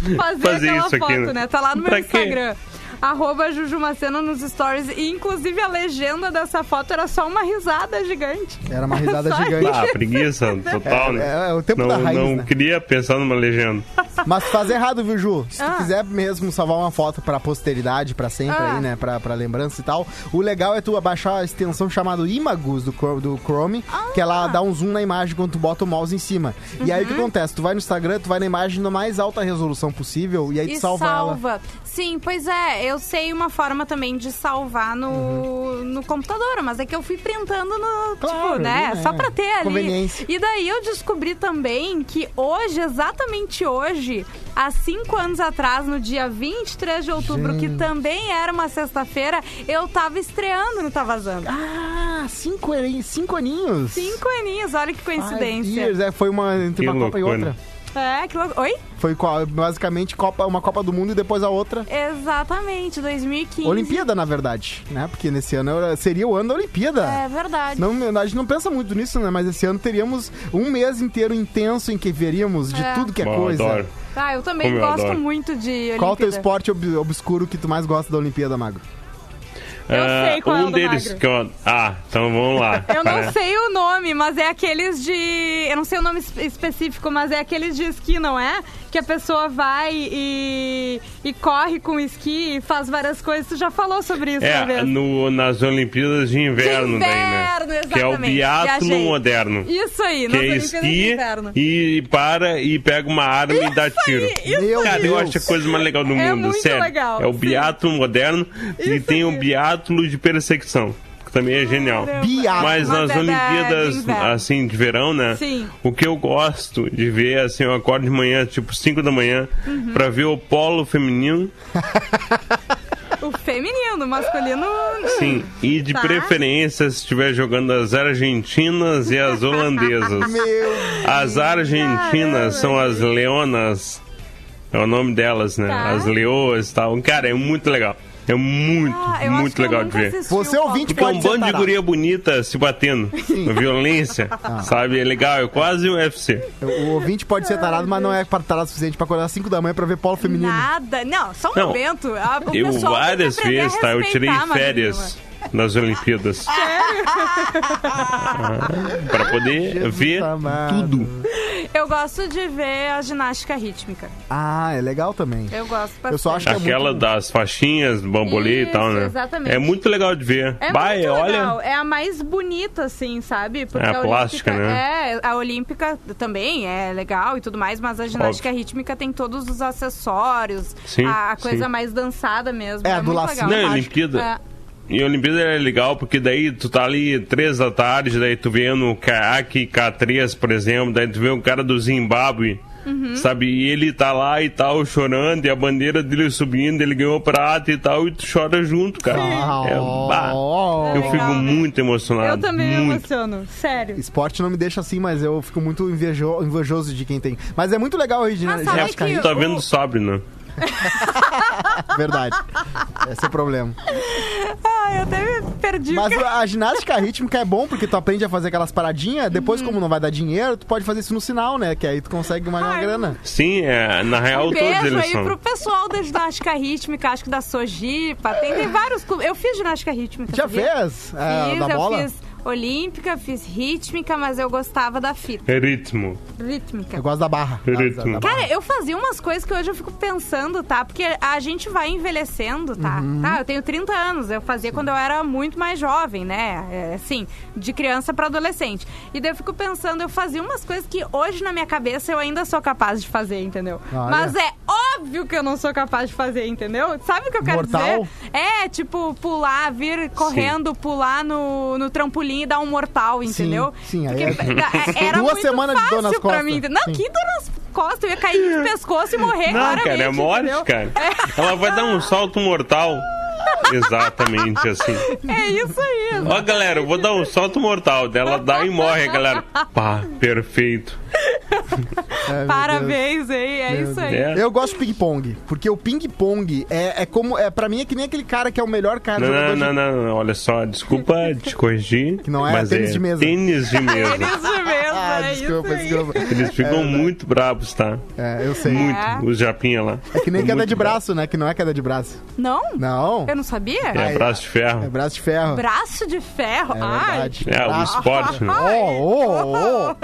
[SPEAKER 3] Assim, fazer,
[SPEAKER 5] Fazer
[SPEAKER 3] aquela
[SPEAKER 5] isso aqui,
[SPEAKER 3] foto,
[SPEAKER 5] né?
[SPEAKER 3] né? Tá lá no meu
[SPEAKER 5] Pra quê?
[SPEAKER 3] Instagram. Arroba Jujumacena nos stories. E, inclusive, a legenda dessa foto era só uma risada gigante.
[SPEAKER 4] Era uma risada
[SPEAKER 3] Só
[SPEAKER 4] gigante.
[SPEAKER 5] Ah, preguiça total,
[SPEAKER 4] É,
[SPEAKER 5] né?
[SPEAKER 4] é o tempo
[SPEAKER 5] não
[SPEAKER 4] da raiz,
[SPEAKER 5] não
[SPEAKER 4] né?
[SPEAKER 5] queria pensar numa legenda.
[SPEAKER 4] Mas tu faz errado, viu, Ju? Se tu
[SPEAKER 3] Ah.
[SPEAKER 4] quiser mesmo salvar uma foto pra posteridade, pra sempre
[SPEAKER 3] Ah.
[SPEAKER 4] aí, né? Pra, pra lembrança e tal. O legal é tu abaixar a extensão chamada Imagus do Chrome, do Chrome que
[SPEAKER 3] Ah.
[SPEAKER 4] ela dá um zoom na imagem quando tu bota o mouse em cima. E aí o que
[SPEAKER 3] Uhum.
[SPEAKER 4] acontece? Tu vai no Instagram, tu vai na imagem na mais alta resolução possível e aí tu
[SPEAKER 3] E
[SPEAKER 4] salva,
[SPEAKER 3] salva.
[SPEAKER 4] ela.
[SPEAKER 3] Sim, pois é, eu sei uma forma também de salvar no, no computador, mas é que eu fui printando no, tipo,
[SPEAKER 4] Uhum. Claro,
[SPEAKER 3] né,
[SPEAKER 4] né?
[SPEAKER 3] só pra ter ali.
[SPEAKER 4] Conveniência.
[SPEAKER 3] E daí eu descobri também que hoje, exatamente hoje, há cinco anos atrás, no dia 23 de outubro, que também era uma sexta-feira, eu tava estreando no Tá Vazando.
[SPEAKER 4] Ah, cinco, eren- cinco aninhos?
[SPEAKER 3] Cinco aninhos, olha que
[SPEAKER 4] Five
[SPEAKER 3] coincidência.
[SPEAKER 4] years, é, foi uma entre
[SPEAKER 5] Que
[SPEAKER 4] uma Copa e
[SPEAKER 5] loucura.
[SPEAKER 4] outra.
[SPEAKER 3] É, que louco. Oi?
[SPEAKER 4] Foi co- basicamente Copa, uma Copa do Mundo e depois a outra.
[SPEAKER 3] Exatamente, 2015.
[SPEAKER 4] Olimpíada, na verdade, né? Porque nesse ano era- seria o ano da Olimpíada.
[SPEAKER 3] É verdade.
[SPEAKER 4] Não, a gente não pensa muito nisso, né? Mas esse ano teríamos um mês inteiro intenso em que veríamos de
[SPEAKER 3] É.
[SPEAKER 4] tudo que é
[SPEAKER 5] Bom,
[SPEAKER 4] coisa.
[SPEAKER 5] adoro.
[SPEAKER 3] Ah, eu também
[SPEAKER 5] Como eu
[SPEAKER 3] gosto
[SPEAKER 5] adoro.
[SPEAKER 3] muito de Olimpíada.
[SPEAKER 4] Qual o teu esporte ob- obscuro que tu mais gosta da Olimpíada, Mago?
[SPEAKER 3] Eu
[SPEAKER 5] Ah,
[SPEAKER 3] sei qual é o
[SPEAKER 5] um
[SPEAKER 3] do
[SPEAKER 5] deles
[SPEAKER 3] magro.
[SPEAKER 5] que eu. Ah, então vamos lá.
[SPEAKER 3] Eu não
[SPEAKER 5] Parece-
[SPEAKER 3] sei o nome, mas é aqueles de. Eu não sei o nome es- específico, mas é aqueles de esqui, não é? Que a pessoa vai e, e corre com esqui e faz várias coisas. Tu já falou sobre isso, uma
[SPEAKER 5] É,
[SPEAKER 3] vez.
[SPEAKER 5] no, nas Olimpíadas de Inverno,
[SPEAKER 3] De
[SPEAKER 5] daí,
[SPEAKER 3] inverno,
[SPEAKER 5] né? Que é o
[SPEAKER 3] exatamente.
[SPEAKER 5] biatlo
[SPEAKER 3] Viajei.
[SPEAKER 5] moderno.
[SPEAKER 3] Isso aí,
[SPEAKER 5] Que
[SPEAKER 3] nas
[SPEAKER 5] é
[SPEAKER 3] Olimpíadas de
[SPEAKER 5] esqui
[SPEAKER 3] Inverno.
[SPEAKER 5] e para e pega uma arma e dá tiro.
[SPEAKER 3] Isso
[SPEAKER 4] Meu
[SPEAKER 5] Cara, eu
[SPEAKER 4] Deus.
[SPEAKER 5] acho a coisa mais legal do
[SPEAKER 3] É
[SPEAKER 5] mundo,
[SPEAKER 3] muito
[SPEAKER 5] sério.
[SPEAKER 3] legal,
[SPEAKER 5] É o
[SPEAKER 3] sim.
[SPEAKER 5] biatlo moderno e
[SPEAKER 3] Isso
[SPEAKER 5] tem o
[SPEAKER 3] mesmo.
[SPEAKER 5] biatlo de perseguição, que também é genial.
[SPEAKER 4] Biatlo.
[SPEAKER 5] Mas
[SPEAKER 3] Uma
[SPEAKER 5] nas
[SPEAKER 3] verdade,
[SPEAKER 5] Olimpíadas,
[SPEAKER 3] é inverno.
[SPEAKER 5] assim, de verão, né?
[SPEAKER 3] Sim.
[SPEAKER 5] O que eu gosto de ver, assim, eu acordo de manhã, tipo 5 da manhã,
[SPEAKER 3] Uhum.
[SPEAKER 5] pra ver o polo feminino,
[SPEAKER 3] O feminino, o masculino.
[SPEAKER 5] sim. E de
[SPEAKER 3] Tá.
[SPEAKER 5] preferência, se estiver jogando as argentinas e as holandesas.
[SPEAKER 4] Meu.
[SPEAKER 5] As argentinas são as leonas. É o nome delas, né?
[SPEAKER 3] Tá.
[SPEAKER 5] As leoas e tal. Cara, é muito legal. É muito,
[SPEAKER 3] Ah, eu acho
[SPEAKER 5] muito
[SPEAKER 3] que eu
[SPEAKER 5] legal de
[SPEAKER 3] nunca
[SPEAKER 5] ver.
[SPEAKER 3] assisti
[SPEAKER 4] Você
[SPEAKER 3] o
[SPEAKER 4] ouvinte
[SPEAKER 5] Porque é
[SPEAKER 4] pode
[SPEAKER 5] um bando de
[SPEAKER 4] separar.
[SPEAKER 5] guria bonita se batendo. Violência, sabe? É legal, é quase um UFC.
[SPEAKER 4] O ouvinte pode ser tarado, mas não é para tarado o suficiente pra acordar às 5 da manhã pra ver polo feminino.
[SPEAKER 3] Nada. Não, só um
[SPEAKER 5] Não.
[SPEAKER 3] momento. A- o
[SPEAKER 5] Eu
[SPEAKER 3] pessoal tem que
[SPEAKER 5] várias
[SPEAKER 3] aprender a
[SPEAKER 5] vezes, tá? Eu tirei
[SPEAKER 3] respeitar, Maria
[SPEAKER 5] férias nas Olimpíadas. Sério? pra poder
[SPEAKER 4] Ah, Jesus
[SPEAKER 5] ver
[SPEAKER 4] amado.
[SPEAKER 5] tudo.
[SPEAKER 3] Helena. Eu gosto de ver a ginástica rítmica.
[SPEAKER 4] Ah, é legal também.
[SPEAKER 3] Eu gosto bastante.
[SPEAKER 4] Eu só acho que
[SPEAKER 5] Aquela
[SPEAKER 4] é muito...
[SPEAKER 5] das faixinhas, do bambolê e tal,
[SPEAKER 3] Isso,
[SPEAKER 5] né?
[SPEAKER 3] exatamente.
[SPEAKER 5] É muito legal de ver.
[SPEAKER 3] É
[SPEAKER 5] Bah,
[SPEAKER 3] muito
[SPEAKER 5] olha,
[SPEAKER 3] legal. É a mais bonita, assim, sabe? Porque
[SPEAKER 5] É, a plástica,
[SPEAKER 3] olímpica,
[SPEAKER 5] né?
[SPEAKER 3] É, a olímpica também é legal e tudo mais, mas a ginástica rítmica tem todos os acessórios.
[SPEAKER 5] Sim,
[SPEAKER 3] a, a coisa
[SPEAKER 5] sim.
[SPEAKER 3] mais dançada mesmo.
[SPEAKER 4] É,
[SPEAKER 3] É,
[SPEAKER 4] a do
[SPEAKER 3] muito
[SPEAKER 4] lacinho.
[SPEAKER 3] legal.
[SPEAKER 5] Não,
[SPEAKER 4] Acho-
[SPEAKER 5] Olimpíada.
[SPEAKER 3] É.
[SPEAKER 5] E a Olimpíada é legal porque daí tu tá ali três da tarde, daí tu vendo o caiaque K3, por exemplo, daí tu vê um cara do Zimbábue,
[SPEAKER 3] Uhum.
[SPEAKER 5] sabe? E ele tá lá e tal, chorando, e a bandeira dele subindo, ele ganhou prata e tal, e tu chora junto, cara.
[SPEAKER 4] Ah,
[SPEAKER 5] É, bah,
[SPEAKER 4] Oh.
[SPEAKER 5] eu
[SPEAKER 3] legal,
[SPEAKER 5] fico
[SPEAKER 3] né?
[SPEAKER 5] muito emocionado.
[SPEAKER 3] Eu também me
[SPEAKER 5] É muito.
[SPEAKER 3] emociono, sério.
[SPEAKER 4] Esporte não me deixa assim, mas eu fico muito invejo- invejoso de quem tem. Mas é muito legal hoje,
[SPEAKER 3] Mas
[SPEAKER 4] né?
[SPEAKER 3] sabe
[SPEAKER 4] ginástica
[SPEAKER 3] que
[SPEAKER 5] Tu
[SPEAKER 4] rítmica,
[SPEAKER 5] tá
[SPEAKER 3] o-
[SPEAKER 5] vendo sobre, né?
[SPEAKER 4] verdade. Esse é o problema.
[SPEAKER 3] Ai, eu até me perdi.
[SPEAKER 4] Mas
[SPEAKER 3] o que-
[SPEAKER 4] a ginástica rítmica é bom porque tu aprende a fazer aquelas paradinhas.
[SPEAKER 3] Uhum.
[SPEAKER 4] Depois, como não vai dar dinheiro, tu pode fazer isso no sinal, né? Que aí tu consegue uma, uma
[SPEAKER 3] Ai,
[SPEAKER 4] grana.
[SPEAKER 5] Sim, é, na real
[SPEAKER 3] Um
[SPEAKER 5] todos
[SPEAKER 3] beijo
[SPEAKER 5] eles
[SPEAKER 3] aí
[SPEAKER 5] são.
[SPEAKER 3] pro pessoal da ginástica rítmica, acho que da Sojipa. Tem, tem vários clubes. Eu fiz ginástica rítmica.
[SPEAKER 4] Já
[SPEAKER 3] sabia?
[SPEAKER 4] fez? É,
[SPEAKER 3] Fiz,
[SPEAKER 4] da
[SPEAKER 3] eu
[SPEAKER 4] bola?
[SPEAKER 3] fiz olímpica, fiz rítmica, mas eu gostava da fita.
[SPEAKER 5] É Ritmo.
[SPEAKER 4] Eu
[SPEAKER 3] Rítmica.
[SPEAKER 4] gosto da barra. da-
[SPEAKER 5] Ritmo.
[SPEAKER 4] da barra.
[SPEAKER 3] Cara, eu fazia umas coisas que hoje eu fico pensando, tá? Porque a gente vai envelhecendo, tá?
[SPEAKER 4] Uhum.
[SPEAKER 3] Tá, eu tenho 30 anos, eu fazia quando eu era muito mais jovem, né? É, Assim, de criança pra adolescente. E daí eu fico pensando, eu fazia umas coisas que hoje na minha cabeça eu ainda sou capaz de fazer, entendeu?
[SPEAKER 4] Olha.
[SPEAKER 3] Mas é óbvio que eu não sou capaz de fazer, entendeu? Sabe o que eu quero
[SPEAKER 4] Mortal?
[SPEAKER 3] dizer? É, tipo, pular, vir correndo, pular no, no trampolim e dar um mortal, entendeu?
[SPEAKER 4] sim, aí
[SPEAKER 3] Porque
[SPEAKER 4] é-
[SPEAKER 3] da- era
[SPEAKER 4] Duas
[SPEAKER 3] muito
[SPEAKER 4] semanas de
[SPEAKER 3] fácil
[SPEAKER 4] Dona nas
[SPEAKER 3] pra
[SPEAKER 4] Costas.
[SPEAKER 3] mim. entendeu? Não,
[SPEAKER 4] Sim.
[SPEAKER 3] que Donas Então, Costas, eu ia cair de pescoço e morrer,
[SPEAKER 5] Não,
[SPEAKER 3] claramente.
[SPEAKER 5] cara, é morte,
[SPEAKER 3] entendeu? É.
[SPEAKER 5] cara. Ela vai dar um salto mortal. Exatamente assim.
[SPEAKER 3] É isso aí.
[SPEAKER 5] Ó, galera, eu vou dar um salto mortal. Dela dá e morre, galera. Pá, perfeito.
[SPEAKER 4] É, meu Deus.
[SPEAKER 3] Parabéns, hein? É
[SPEAKER 4] Meu
[SPEAKER 3] isso aí.
[SPEAKER 5] É.
[SPEAKER 4] Eu gosto de ping-pong, porque o ping-pong é, é como. É, pra mim é que nem aquele cara que é o melhor cara
[SPEAKER 5] Não,
[SPEAKER 4] jogador
[SPEAKER 5] não, não,
[SPEAKER 4] de-
[SPEAKER 5] não, não, olha só, desculpa te corrigir.
[SPEAKER 4] Que não é
[SPEAKER 5] mas
[SPEAKER 4] tênis de mesa.
[SPEAKER 5] Tênis de
[SPEAKER 3] É
[SPEAKER 5] mesa.
[SPEAKER 3] isso mesmo,
[SPEAKER 4] Ah,
[SPEAKER 3] É
[SPEAKER 4] desculpa,
[SPEAKER 3] isso aí.
[SPEAKER 4] desculpa.
[SPEAKER 5] Eles ficam
[SPEAKER 4] É,
[SPEAKER 5] muito bravos, tá?
[SPEAKER 4] É, eu sei.
[SPEAKER 5] Muito,
[SPEAKER 3] É.
[SPEAKER 5] os japinha lá.
[SPEAKER 4] É que nem queda
[SPEAKER 5] Muito
[SPEAKER 4] de
[SPEAKER 5] bravo.
[SPEAKER 4] braço, né? Que não é queda de braço.
[SPEAKER 3] Não?
[SPEAKER 4] Não.
[SPEAKER 3] Eu não sabia?
[SPEAKER 5] É, braço de ferro.
[SPEAKER 4] É braço de ferro.
[SPEAKER 3] Braço de ferro?
[SPEAKER 4] É
[SPEAKER 3] Ai,
[SPEAKER 4] verdade.
[SPEAKER 5] É, o
[SPEAKER 4] Braço.
[SPEAKER 5] esporte. né?
[SPEAKER 4] Oh, oh, oh.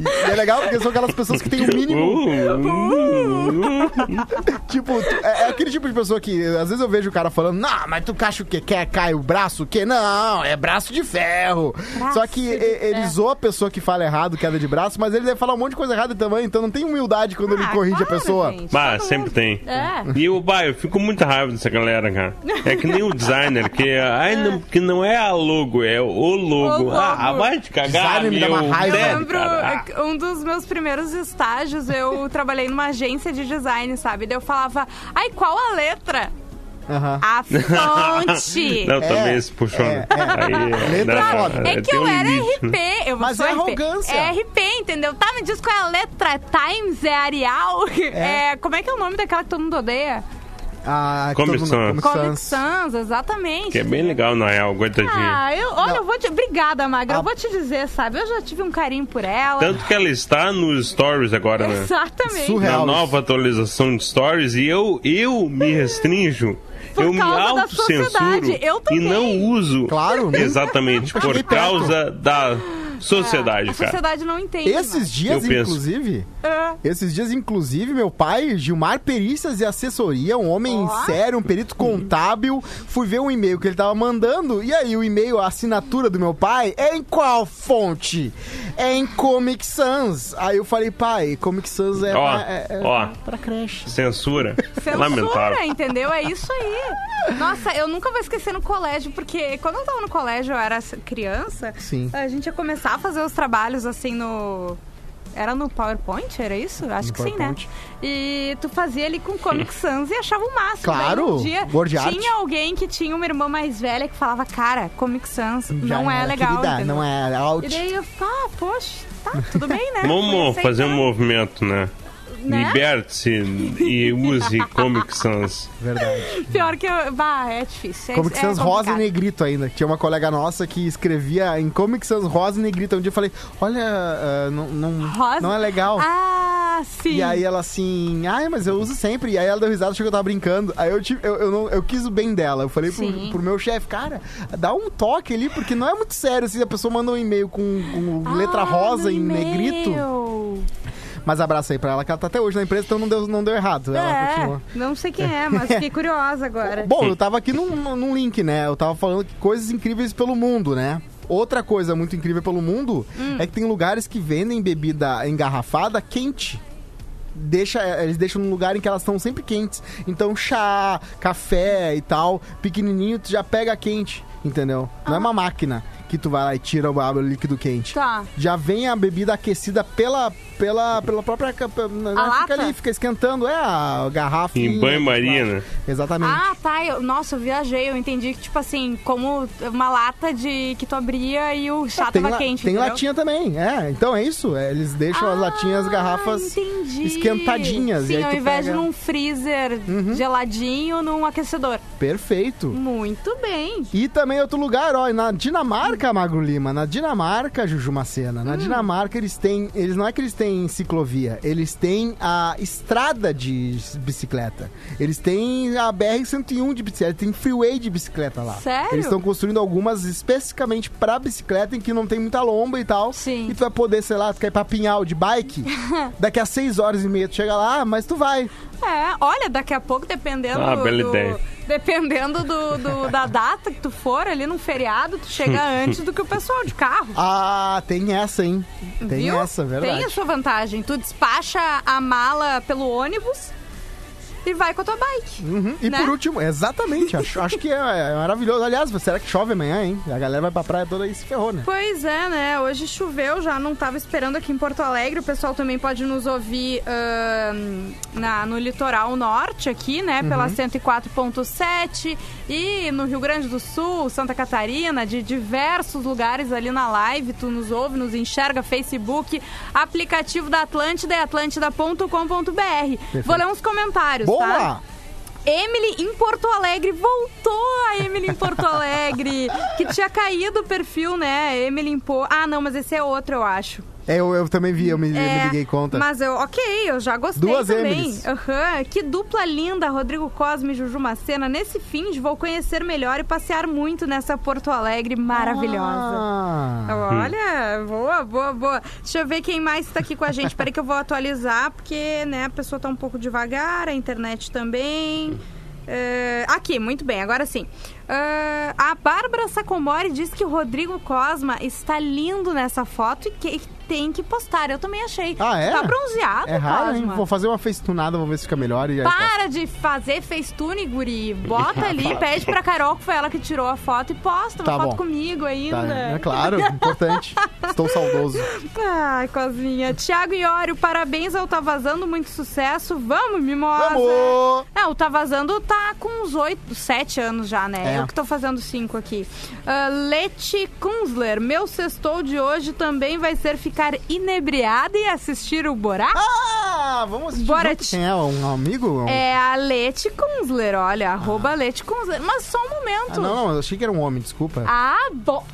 [SPEAKER 4] E é legal porque são aquelas pessoas que têm o mínimo.
[SPEAKER 5] Uh, uh, uh.
[SPEAKER 4] Tipo, tu- é, é aquele tipo de pessoa que às vezes eu vejo o cara falando, não, mas tu cacha o que quer, cai o braço, o quê? Não, é braço de ferro. Só que
[SPEAKER 3] de
[SPEAKER 4] e- ele zoa a pessoa que fala errado, queda de braço, mas ele deve falar um monte de coisa errada também, então não tem humildade quando ele
[SPEAKER 3] Ah,
[SPEAKER 4] corrige a
[SPEAKER 3] claro,
[SPEAKER 4] pessoa.
[SPEAKER 3] gente,
[SPEAKER 5] Mas
[SPEAKER 3] todo
[SPEAKER 5] sempre
[SPEAKER 3] mundo.
[SPEAKER 5] tem.
[SPEAKER 3] É.
[SPEAKER 5] E eu, bah, eu fico com muita raiva dessa galera, cara. É que nem o designer, que, ai, não, que não é a logo, é o logo.
[SPEAKER 3] logo.
[SPEAKER 5] Ah, ah, vai te cagar,
[SPEAKER 4] Designer me dá
[SPEAKER 5] meu.
[SPEAKER 4] uma raiva.
[SPEAKER 5] sério,
[SPEAKER 3] Eu lembro,
[SPEAKER 5] cara. Ah,
[SPEAKER 3] eh, um dos meus primeiros estágios, eu trabalhei numa agência de design, sabe? Daí eu falava, ai, qual a letra?
[SPEAKER 4] Aham.
[SPEAKER 3] A fonte!
[SPEAKER 5] Não, também
[SPEAKER 4] É,
[SPEAKER 5] se puxou. né?
[SPEAKER 4] é, é.
[SPEAKER 5] Aí,
[SPEAKER 4] Letra
[SPEAKER 5] não,
[SPEAKER 4] foda.
[SPEAKER 3] É que
[SPEAKER 5] tem
[SPEAKER 3] eu
[SPEAKER 5] um
[SPEAKER 3] era
[SPEAKER 5] limite, né?
[SPEAKER 3] RP, eu
[SPEAKER 4] Mas
[SPEAKER 3] sou
[SPEAKER 4] é
[SPEAKER 3] RP.
[SPEAKER 4] arrogância.
[SPEAKER 3] É RP, entendeu? Tá, me diz qual é a letra, é Times, é Arial, é. como é que é o nome daquela que todo mundo odeia?
[SPEAKER 4] Ah, que
[SPEAKER 5] Comic
[SPEAKER 4] todo
[SPEAKER 5] Sans.
[SPEAKER 4] mundo-
[SPEAKER 3] Comic
[SPEAKER 4] Sans.
[SPEAKER 3] Sans, exatamente.
[SPEAKER 5] Que é bem legal, na real, coitadinha.
[SPEAKER 3] Ah, eu, olha, eu vou te. Obrigada, Magra. Eu
[SPEAKER 4] Ah.
[SPEAKER 3] vou te dizer, sabe? Eu já tive um carinho por ela.
[SPEAKER 5] Tanto que ela está nos stories agora, né?
[SPEAKER 3] Exatamente.
[SPEAKER 4] Surreal.
[SPEAKER 5] na
[SPEAKER 4] Real.
[SPEAKER 5] nova atualização de stories e eu, eu me restrinjo.
[SPEAKER 3] Por
[SPEAKER 5] eu me
[SPEAKER 3] causa da
[SPEAKER 5] autocensuro
[SPEAKER 3] sociedade, eu
[SPEAKER 5] e
[SPEAKER 3] também.
[SPEAKER 5] não uso.
[SPEAKER 4] Claro, né?
[SPEAKER 5] Exatamente, por
[SPEAKER 4] cheguei perto.
[SPEAKER 5] causa da sociedade,
[SPEAKER 3] É, A
[SPEAKER 5] cara.
[SPEAKER 3] sociedade não entende.
[SPEAKER 4] Esses dias,
[SPEAKER 5] Eu penso.
[SPEAKER 4] inclusive,
[SPEAKER 3] mano.
[SPEAKER 4] Esses dias, inclusive, meu pai, Gilmar Perícias e Assessoria, um homem
[SPEAKER 3] Ó.
[SPEAKER 4] sério, um perito contábil, fui ver um e-mail que ele tava mandando, e aí o e-mail, a assinatura do meu pai, é em qual fonte? É em Comic Sans. Aí eu falei, pai, Comic Sans é,
[SPEAKER 5] Ó,
[SPEAKER 4] pra, é- é
[SPEAKER 5] ó.
[SPEAKER 4] pra creche.
[SPEAKER 5] Censura.
[SPEAKER 3] Censura,
[SPEAKER 5] Lamentável.
[SPEAKER 3] é um entendeu? É isso aí. Nossa, eu nunca vou esquecer no colégio, porque quando eu tava no colégio, eu era criança,
[SPEAKER 4] Sim.
[SPEAKER 3] a gente ia começar a fazer os trabalhos assim no. Era no PowerPoint? Era isso? Acho que sim,
[SPEAKER 4] PowerPoint.
[SPEAKER 3] né? E tu fazia ali com Comic Sans e achava o máximo.
[SPEAKER 4] Claro,
[SPEAKER 3] Daí, um dia,
[SPEAKER 4] Word Art.
[SPEAKER 3] tinha alguém que tinha uma irmã mais velha que falava, cara, Comic Sans
[SPEAKER 4] Já
[SPEAKER 3] não é legal.
[SPEAKER 4] Querida,
[SPEAKER 3] entendeu?
[SPEAKER 4] não é
[SPEAKER 3] E
[SPEAKER 4] out.
[SPEAKER 3] daí eu falo, ah, poxa, tá, tudo bem, né?
[SPEAKER 5] Vamos
[SPEAKER 3] Fui
[SPEAKER 5] fazer um
[SPEAKER 3] aceitando,
[SPEAKER 5] movimento, né?
[SPEAKER 3] né?
[SPEAKER 5] Liberte-se e use Comic Sans.
[SPEAKER 4] Verdade.
[SPEAKER 3] Pior que eu. Bah, é difícil. é-
[SPEAKER 4] Comic
[SPEAKER 3] é
[SPEAKER 4] Sans rosa e
[SPEAKER 3] complicado.
[SPEAKER 4] negrito ainda. Tinha uma colega nossa que escrevia em Comic Sans rosa e negrito. Um dia eu falei, olha, ah, não, não,
[SPEAKER 3] Rosa?
[SPEAKER 4] não é legal.
[SPEAKER 3] Ah, sim.
[SPEAKER 4] E aí ela assim, ai, mas eu uso sempre. E aí ela deu risada, achou que eu tava brincando. Aí eu, tive, eu, eu, não, eu quis o bem dela. Eu falei pro,
[SPEAKER 3] Sim.
[SPEAKER 4] pro meu chefe, cara, dá um toque ali, porque não é muito sério assim. A pessoa manda um e-mail com, com
[SPEAKER 3] Ah,
[SPEAKER 4] letra rosa
[SPEAKER 3] no
[SPEAKER 4] em
[SPEAKER 3] e-mail.
[SPEAKER 4] negrito. Mas abraço aí pra ela, que ela tá até hoje na empresa, então não deu, não deu errado. Ela
[SPEAKER 3] É,
[SPEAKER 4] continuou.
[SPEAKER 3] não sei quem é, mas fiquei curiosa agora.
[SPEAKER 4] Bom, eu tava aqui num, num- num link, né? Eu tava falando que coisas incríveis pelo mundo, né? Outra coisa muito incrível pelo mundo
[SPEAKER 3] Hum.
[SPEAKER 4] é que tem lugares que vendem bebida engarrafada quente. Deixa, eles deixam num lugar em que elas estão sempre quentes. Então, chá, café e tal, pequenininho, tu já pega quente, entendeu? Não é uma máquina que tu vai lá e tira o, o líquido quente.
[SPEAKER 3] Ah. Tá.
[SPEAKER 4] Já vem a bebida aquecida pela, pela, pela própria. ca- pe- né,
[SPEAKER 3] lata?
[SPEAKER 4] fica ali, fica esquentando, é a garrafa.
[SPEAKER 5] Em banho-maria, né?
[SPEAKER 4] Exatamente.
[SPEAKER 3] Ah, tá. eu- nossa, eu viajei. Eu entendi que, tipo assim, como uma lata de que tu abria e o chá
[SPEAKER 4] Tem,
[SPEAKER 3] tava
[SPEAKER 4] la-
[SPEAKER 3] quente.
[SPEAKER 4] tem
[SPEAKER 3] entendeu?
[SPEAKER 4] latinha também, é. Então é isso. é, eles deixam as latinhas, as
[SPEAKER 3] Ah,
[SPEAKER 4] garrafas
[SPEAKER 3] entendi.
[SPEAKER 4] esquentadinhas.
[SPEAKER 3] Sim,
[SPEAKER 4] e aí
[SPEAKER 3] ao
[SPEAKER 4] tu
[SPEAKER 3] invés
[SPEAKER 4] pega... Uhum.
[SPEAKER 3] de num freezer geladinho, num aquecedor.
[SPEAKER 4] Perfeito.
[SPEAKER 3] Muito bem.
[SPEAKER 4] E também outro lugar, ó, na Dinamarca, Magro Lima, na Dinamarca, Juju Macena,
[SPEAKER 3] Hum.
[SPEAKER 4] na Dinamarca eles têm, eles não é que eles têm ciclovia, eles têm a estrada de bicicleta. Eles têm a BR-101 de bicicleta, tem freeway de bicicleta lá.
[SPEAKER 3] Sério?
[SPEAKER 4] Eles estão construindo algumas especificamente pra bicicleta, em que não tem muita lomba e tal.
[SPEAKER 3] Sim.
[SPEAKER 4] E tu vai poder, sei lá, tu quer ir pra Pinhal de bike, daqui a 6 horas e meia tu chega lá, "Ah, mas tu vai.
[SPEAKER 3] É, olha, daqui a pouco, dependendo.
[SPEAKER 5] Ah,
[SPEAKER 3] do,
[SPEAKER 5] bela ideia.
[SPEAKER 3] Dependendo do, do- da data que tu for ali num feriado, tu chega antes do que o pessoal de carro.
[SPEAKER 4] Ah, tem essa, hein? Tem
[SPEAKER 3] viu?
[SPEAKER 4] essa, é verdade.
[SPEAKER 3] Tem a sua vantagem. Tu despacha a mala pelo ônibus e vai com a tua bike.
[SPEAKER 4] Uhum. E
[SPEAKER 3] Né?
[SPEAKER 4] por último, exatamente, acho, acho que é, é maravilhoso. Aliás, será que chove amanhã, hein? A galera vai pra praia toda e se ferrou, né?
[SPEAKER 3] Pois é, né? Hoje choveu, já não tava esperando aqui em Porto Alegre. O pessoal também pode nos ouvir ahn, na, no litoral norte aqui, né? Pela 104.7 e no Rio Grande do Sul, Santa Catarina, de diversos lugares ali na live. Tu nos ouve, nos enxerga, Facebook, aplicativo da Atlântida é atlântida.com.br. Vou ler uns comentários, tá?
[SPEAKER 4] Boa!
[SPEAKER 3] Emily em Porto Alegre voltou a Emily em Porto Alegre que tinha caído o perfil né Emily em Po ah não mas esse é outro eu acho
[SPEAKER 4] É, eu, eu também vi, eu me, me
[SPEAKER 3] É,
[SPEAKER 4] liguei conta.
[SPEAKER 3] Mas eu, ok, eu já gostei
[SPEAKER 4] Duas
[SPEAKER 3] também.
[SPEAKER 4] Emily's.
[SPEAKER 3] Aham, Que dupla linda, Rodrigo Cosme e Juju Macena. Nesse fim de vou conhecer melhor e passear muito nessa Porto Alegre maravilhosa.
[SPEAKER 4] Ah.
[SPEAKER 3] Olha, boa, boa, boa. Deixa eu ver quem mais tá aqui com a gente. Peraí que eu vou atualizar, porque né, a pessoa tá um pouco devagar, a internet também. É, aqui, muito bem, agora sim. É, a Bárbara Sacomori diz que o Rodrigo Cosma está lindo nessa foto e que tem que postar. Eu também achei.
[SPEAKER 4] Ah, é?
[SPEAKER 3] Tá bronzeado,
[SPEAKER 4] É raro, hein?
[SPEAKER 3] Cosma.
[SPEAKER 4] Vou fazer uma facetunada, vou ver se fica melhor e aí tá, posso.
[SPEAKER 3] Para de fazer facetune, guri. Bota ali, pede pra Carol, que foi ela que tirou a foto, e posta uma
[SPEAKER 4] Tá
[SPEAKER 3] foto
[SPEAKER 4] bom.
[SPEAKER 3] comigo ainda.
[SPEAKER 4] Tá, é claro, importante. Estou saudoso.
[SPEAKER 3] Ai, Cozinha. Tiago Iório, parabéns ao Tá Vazando, muito sucesso. Vamos, mimosa!
[SPEAKER 4] Vamos!
[SPEAKER 3] É, o Tá Vazando tá com uns 8, 7 anos já, né?
[SPEAKER 4] É.
[SPEAKER 3] Eu que tô fazendo 5 aqui. Ah, Leti Kunzler, meu sextou de hoje também vai ser ficar inebriada e assistir o Borá?
[SPEAKER 4] Ah, vamos assistir
[SPEAKER 3] Bora,
[SPEAKER 4] junto.
[SPEAKER 3] ti-
[SPEAKER 4] Quem é? Um amigo? Um-
[SPEAKER 3] É a Leti Kunzler, olha, arroba Leti Kunzler. Mas só um
[SPEAKER 4] Ah,
[SPEAKER 3] momento.
[SPEAKER 4] não, não, eu achei que era um homem, desculpa.
[SPEAKER 3] Ah, bom.